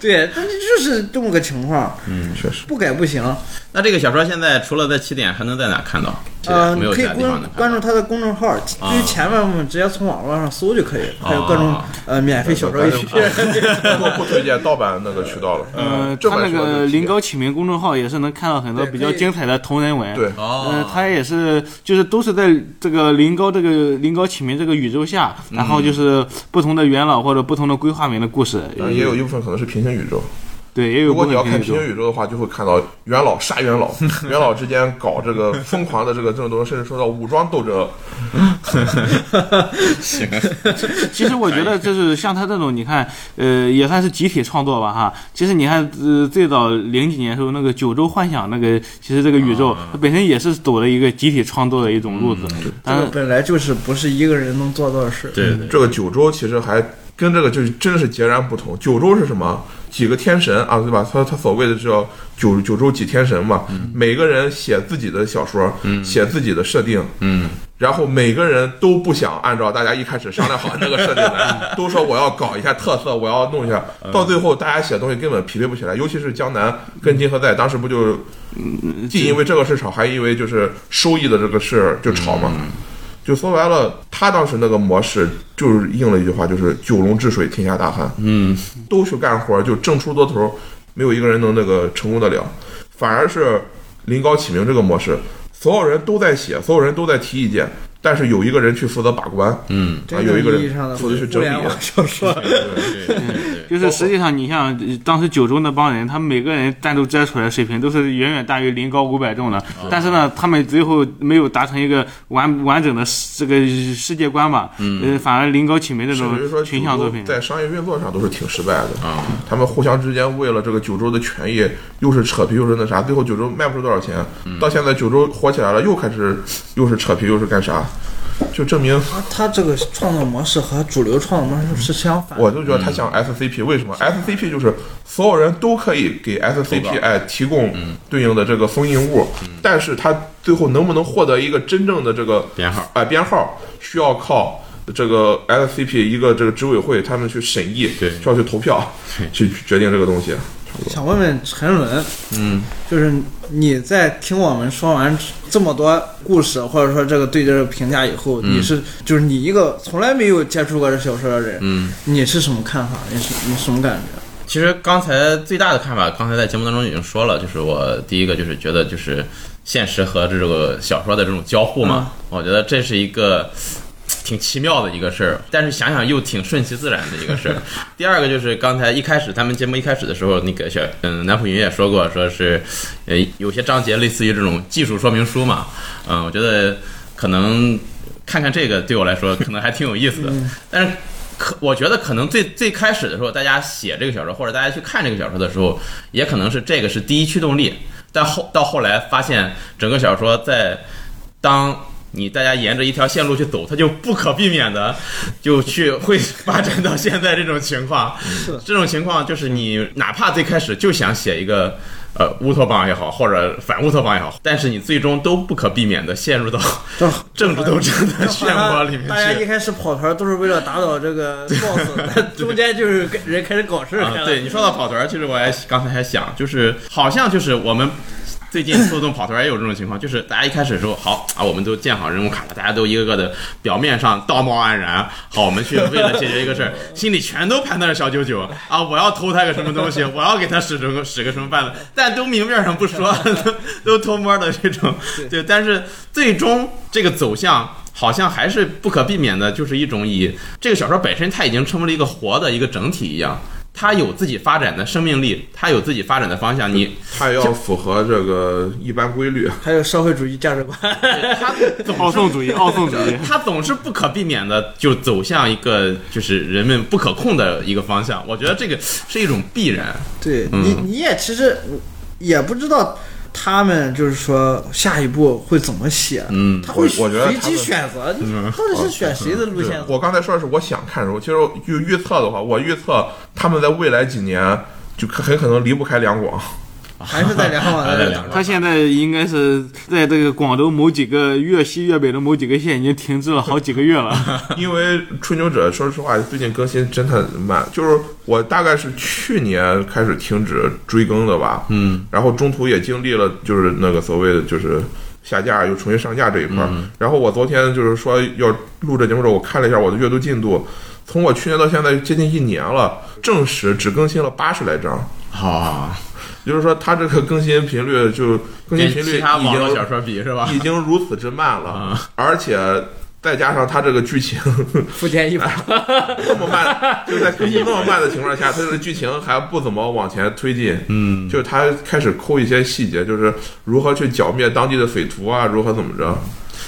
Speaker 5: 对，但是就是这么个情况，
Speaker 2: 嗯，确实。
Speaker 5: 不改不行。
Speaker 1: 那这个小说现在除了在起点，还能在哪看到？起点
Speaker 5: 呃，
Speaker 1: 没
Speaker 5: 你
Speaker 1: 有
Speaker 5: 可
Speaker 1: 其
Speaker 5: 以
Speaker 1: 他地方
Speaker 5: 关
Speaker 1: 能看到
Speaker 5: 关注他的公众号，
Speaker 1: 啊
Speaker 5: 至于前面我们直接从网络上搜就可以，还有各种
Speaker 1: 啊
Speaker 5: 呃免费小 说 APP。
Speaker 2: 不不推荐盗版那个渠道了。
Speaker 3: 呃，
Speaker 2: 正
Speaker 3: 他
Speaker 2: 版
Speaker 3: 那
Speaker 2: 渠道
Speaker 3: 个
Speaker 2: 就
Speaker 3: 临高起名公众号也是能看到很多比较精彩的同人文。
Speaker 2: 对，
Speaker 3: 呃
Speaker 1: 哦，，
Speaker 3: 他也是，就是都是在这个临高这个临高启明这个宇宙下，
Speaker 2: 嗯
Speaker 3: 然后就是不同的元老或者不同的规划民的故事，
Speaker 2: 当然也有一部分可能是平行宇宙。
Speaker 3: 对，也
Speaker 2: 呃
Speaker 3: 有
Speaker 2: 如果
Speaker 3: 部
Speaker 2: 你
Speaker 3: 分
Speaker 2: 要
Speaker 3: 平
Speaker 2: 看
Speaker 3: 宇宙
Speaker 2: 平行宇宙的话，就会看到元老杀元老， 元老之间搞这个疯狂的这个这种斗争，甚至说到武装斗争。
Speaker 1: 行，
Speaker 3: 其实我觉得就是像他这种，你看，呃，也算是集体创作吧哈。其实你看，呃，最早零几年的时候那个九州幻想那个，其实这个宇宙
Speaker 2: 啊
Speaker 3: 它本身也是走了一个集体创作的一种路子，
Speaker 2: 嗯
Speaker 5: 这
Speaker 3: 但
Speaker 5: 个
Speaker 3: 是
Speaker 5: 本来就是不是一个人能做到的事。
Speaker 1: 对对，
Speaker 2: 这个九州其实还跟这个就是真的是截然不同。九州是什么？几个天神啊，对吧？他他所谓的叫九九州几天神嘛，每个人写自己的小说，写自己的设定，
Speaker 1: 嗯，
Speaker 2: 然后每个人都不想按照大家一开始商量好的那个设定来，都说我要搞一下特色，我要弄一下，到最后大家写的东西根本匹配不起来，尤其是江南跟金河在，当时不就既因为这个事吵，还因为就是收益的这个事儿就吵嘛。就说白了，他当时那个模式就是应了一句话，就是“九龙治水，天下大旱”。
Speaker 1: 嗯，
Speaker 2: 都去干活，就挣出多头，没有一个人能那个成功得了。反而是临高启明这个模式，所有人都在写，所有人都在提意见，但是有一个人去负责把关，
Speaker 1: 嗯，
Speaker 2: 啊，
Speaker 5: 真
Speaker 2: 有
Speaker 5: 正
Speaker 2: 一个
Speaker 5: 意义
Speaker 2: 人
Speaker 5: 上的
Speaker 2: 负责去
Speaker 5: 互
Speaker 2: 整理
Speaker 5: 联。网 小说，
Speaker 1: 对对对
Speaker 3: 就是实际上你像呃当时九州那帮人，他们每个人单独摘出来的水平都是远远大于临高五百众的，
Speaker 1: 哦
Speaker 3: 但是呢，他们最后没有达成一个完完整的这个世界观吧，
Speaker 1: 嗯
Speaker 3: 呃，反而临高启明这
Speaker 2: 甚
Speaker 3: 种
Speaker 2: 至于说，
Speaker 3: 群像作品，
Speaker 2: 在商业运作上都是挺失败的。
Speaker 1: 啊，
Speaker 2: 他们互相之间为了这个九州的权益，又是扯皮又是那啥，最后九州卖不出多少钱。
Speaker 3: 嗯
Speaker 2: 到现在九州火起来了，又开始又是扯皮又是干啥，就证明
Speaker 5: 他他这个创作模式和主流创作模式是相反的。
Speaker 2: 我就觉得他像
Speaker 1: 嗯
Speaker 2: SCP，为什么？SCP 就是所有人都可以给 SCP 哎提供
Speaker 1: 嗯
Speaker 2: 对应的这个封印物，但是他最后能不能获得一个真正的这个
Speaker 1: 编号
Speaker 2: 哎编号，需要靠这个 SCP 一个这个执委会他们去审议，
Speaker 1: 对
Speaker 2: 需要去投票
Speaker 1: 对
Speaker 2: 去决定这个东西。
Speaker 5: 想问问陈伦，
Speaker 1: 嗯，
Speaker 5: 就是你在听我们说完这么多故事，或者说这个对这个评价以后，你是就是你一个从来没有接触过这小说的人，
Speaker 1: 嗯。
Speaker 5: 你是什么看法？你是你什么感觉？
Speaker 1: 其实刚才最大的看法，刚才在节目当中已经说了，就是我第一个就是觉得就是现实和这个小说的这种交互嘛，我觉得这是一个挺奇妙的一个事儿，但是想想又挺顺其自然的一个事儿。 第二个就是刚才一开始他们节目一开始的时候，那个小嗯南浦云也说过，说是呃有些章节类似于这种技术说明书嘛，嗯、我觉得可能看看这个对我来说可能还挺有意思的，但是可我觉得可能最最开始的时候，大家写这个小说或者大家去看这个小说的时候，也可能是这个是第一驱动力，但后到后来发现整个小说在当你大家沿着一条线路去走，它就不可避免的 就去会发展到现在这种情况。这种情况就是你哪怕最开始就想写一个。呃，乌托邦也好，或者反乌托邦也好，但是你最终都不可避免的陷入到 政治斗争的漩涡里面去。
Speaker 5: 大家一开始跑团都是为了打倒这 个 boss，中间就是跟人开始搞事儿
Speaker 1: 啊、
Speaker 5: 开了。
Speaker 1: 对你说到跑团，其实我也刚才还想，就是好像就是我们。最近速冻跑团也有这种情况，就是大家一开始说好啊，我们都建好任务卡了，大家都一个个的表面上道貌岸然，好，我们去为了解决一个事儿，心里全都盘算着小九九啊，我要偷他个什么东西，我要给他使个使个什么办法，但都明面上不说， 都都偷摸的这种，对，但是最终这个走向。好像还是不可避免的，就是一种以这个小说本身，它已经成为了一个活的一个整体一样，它有自己发展的生命力，它有自己发展的方向。你
Speaker 2: 它要符合这个一般规律。
Speaker 5: 还有社会主义价值观，
Speaker 1: 它
Speaker 3: 奥宋主义，奥宋主 义。
Speaker 1: 它总是不可避免的就走向一个就是人们不可控的一个方向。我觉得这个是一种必然。
Speaker 5: 对
Speaker 2: 嗯
Speaker 5: 你，你也其实也不知道。他们就是说下一步会怎么写？
Speaker 1: 嗯，
Speaker 5: 他会
Speaker 2: 我我觉得
Speaker 5: 随
Speaker 2: 他
Speaker 5: 机
Speaker 2: 们嗯
Speaker 5: 选择，你到底是选谁的路线？
Speaker 2: 我刚才说的是我想看的时候，其实就预测的话，我预测他们在未来几年就很可能离不开两广。
Speaker 5: 还是在两 网
Speaker 1: 还
Speaker 5: 的
Speaker 1: 在
Speaker 5: 那
Speaker 1: 两
Speaker 3: 他现在应该是在这个广州某几个越西越北的某几个县已经停滞了好几个月 了。
Speaker 2: 因为《吹牛者》说实话，最近更新真的慢，就是我大概是去年开始停止追更的吧，嗯，然后中途也经历了就是那个所谓的就是下架又重新上架这一块儿，
Speaker 1: 嗯
Speaker 2: 然后我昨天就是说要录这节目的时候，我看了一下我的阅读进度，从我去年到现在接近一年了，正史只更新了八十来章。
Speaker 1: 好，
Speaker 2: 也就是说，它这个更新频率就更新
Speaker 1: 跟
Speaker 2: 频率
Speaker 1: 其他
Speaker 2: 已
Speaker 1: 网络
Speaker 2: 经
Speaker 1: 小说啊比是吧？
Speaker 2: 已经如此之慢了，而且再加上它这个剧情
Speaker 5: 福建
Speaker 2: 哎
Speaker 5: 一把，
Speaker 2: 这么慢， 就在更新那么慢的情况下，它这个剧情还不怎么往前推进。嗯，就是它开始抠一些细节，就是如何去剿灭当地的匪徒啊，如何怎么着。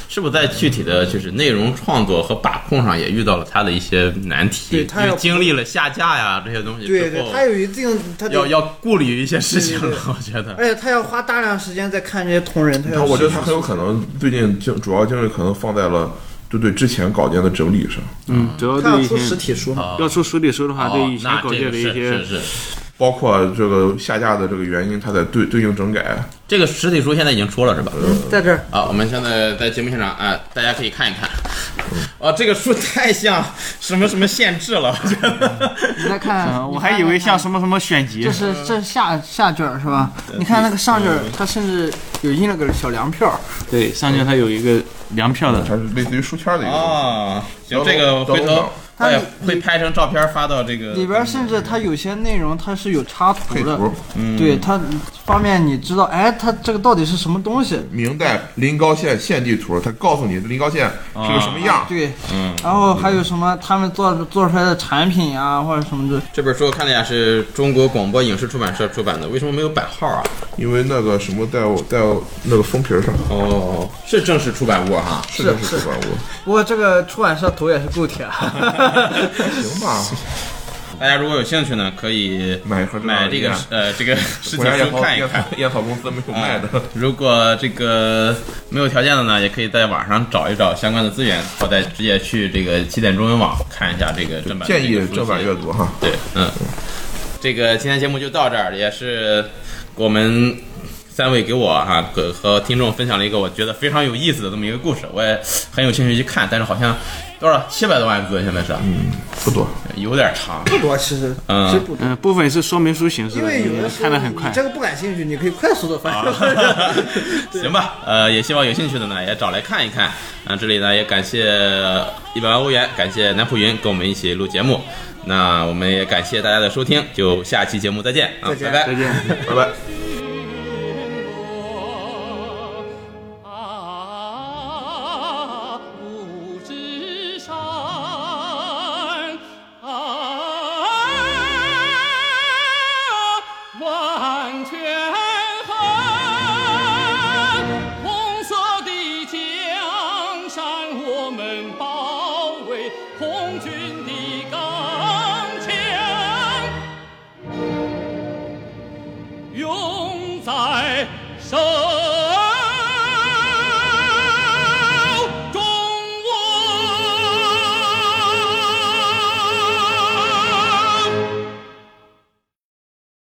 Speaker 1: 是不是在具体的就是内容创作和把控上也遇到了他的一些难题？
Speaker 5: 对他
Speaker 1: 因为
Speaker 5: 要
Speaker 1: 经历了下架呀这些东西之
Speaker 5: 对
Speaker 1: 后，
Speaker 5: 对，他有一定，他得
Speaker 1: 要要顾虑一些事情
Speaker 5: 对对
Speaker 1: 了，我觉得。
Speaker 5: 而且他要花大量时间在看这些同人，他
Speaker 2: 然
Speaker 5: 要
Speaker 2: 后我觉得他很有可能最近精主要精力可能放在了就对之前稿件的整理上，
Speaker 3: 嗯，主要
Speaker 5: 他要
Speaker 3: 对以
Speaker 5: 出实
Speaker 3: 前
Speaker 5: 体书嘛。
Speaker 1: 啊
Speaker 3: 要出实体书的话，对以
Speaker 1: 哦，
Speaker 3: 前
Speaker 1: 那
Speaker 3: 稿
Speaker 1: 这
Speaker 3: 件
Speaker 1: 个
Speaker 3: 的一
Speaker 1: 是
Speaker 3: 些
Speaker 1: 是是，
Speaker 2: 包括这个下架的这个原因，他在对对应整改。
Speaker 1: 这个实体书现在已经出了是吧？
Speaker 5: 在这儿，
Speaker 1: 啊，我们现在在节目现场，哎、大家可以看一看。啊，这个书太像什么什么限制了，我觉得。
Speaker 5: 你再看
Speaker 3: 嗯，我还以为像什么什么选集
Speaker 5: 这，是这下下卷儿是吧？
Speaker 2: 嗯
Speaker 5: 你看那个上卷儿，它甚至有印了个小粮票，
Speaker 3: 对，上面它有一个粮票的。
Speaker 2: 它是类似于书 签儿的一个东西。
Speaker 1: 啊，行，
Speaker 2: 德
Speaker 1: 这个
Speaker 2: 德
Speaker 1: 回
Speaker 2: 鲁
Speaker 1: 头
Speaker 2: 岛
Speaker 1: 我也
Speaker 5: 它里
Speaker 1: 会拍成照片发到这个
Speaker 2: 嗯
Speaker 5: 里边儿甚至它有些内容它是有插图
Speaker 2: 配
Speaker 5: 的
Speaker 2: 图，
Speaker 3: 嗯
Speaker 5: 对它方便你知道，哎，它这个到底是什么东西？
Speaker 2: 明代临高县县地图，它告诉你临高县是个什么
Speaker 3: 啊
Speaker 2: 样。
Speaker 5: 对，
Speaker 3: 嗯
Speaker 5: 然后还有什么他们做做出来的产品啊，或者什么的，
Speaker 1: 这本书我看了一下，是中国广播影视出版社出版的，为什么没有版号啊？
Speaker 2: 因为那个什么在我在我那个封皮儿上
Speaker 1: 哦，是正式出版物哈。
Speaker 2: 是真是出版物。
Speaker 5: 不过这个出版社头也是够铁，啊
Speaker 2: 行吧，
Speaker 1: 大家如果有兴趣呢，可以
Speaker 2: 买一盒
Speaker 1: 买这
Speaker 2: 这
Speaker 1: 个
Speaker 2: 样
Speaker 1: 呃这个实体
Speaker 2: 国家烟
Speaker 1: 书
Speaker 2: 草
Speaker 1: 看一
Speaker 2: 烟
Speaker 1: 看。
Speaker 2: 草烟草公司没有卖的。
Speaker 1: 哎 如果这个没有条件的呢，也可以在网上找一找相关的资源，或者直接去这个起点中文网看一下这个正版。
Speaker 2: 建议正版阅。读哈。
Speaker 1: 对，嗯，这个今天节目就到这儿，也是我们三位给我哈、和和听众分享了一个我觉得非常有意思的这么一个故事，我也很有兴趣去看，但是好像多少七百多万字现在是，
Speaker 2: 嗯，不多。
Speaker 1: 有点长。
Speaker 5: 不多其实，
Speaker 1: 嗯
Speaker 5: 其实不多。
Speaker 3: 嗯，部分是说明书形式
Speaker 5: 因
Speaker 3: 的，
Speaker 5: 为有的时候
Speaker 3: 看得很快啊
Speaker 5: 你。这个不感兴趣，你可以快速的翻。
Speaker 1: 啊 行吧，呃，也希望有兴趣的呢也找来看一看。那、这里呢也感谢一百万欧元，感谢南浦云跟我们一起录节目。那我们也感谢大家的收听，就下期节目再见啊，
Speaker 5: 再见
Speaker 1: 拜拜
Speaker 3: 再。见。
Speaker 2: 拜拜。
Speaker 6: 啊，五指山，啊，万泉河，红色的江山我们保卫，红军的高。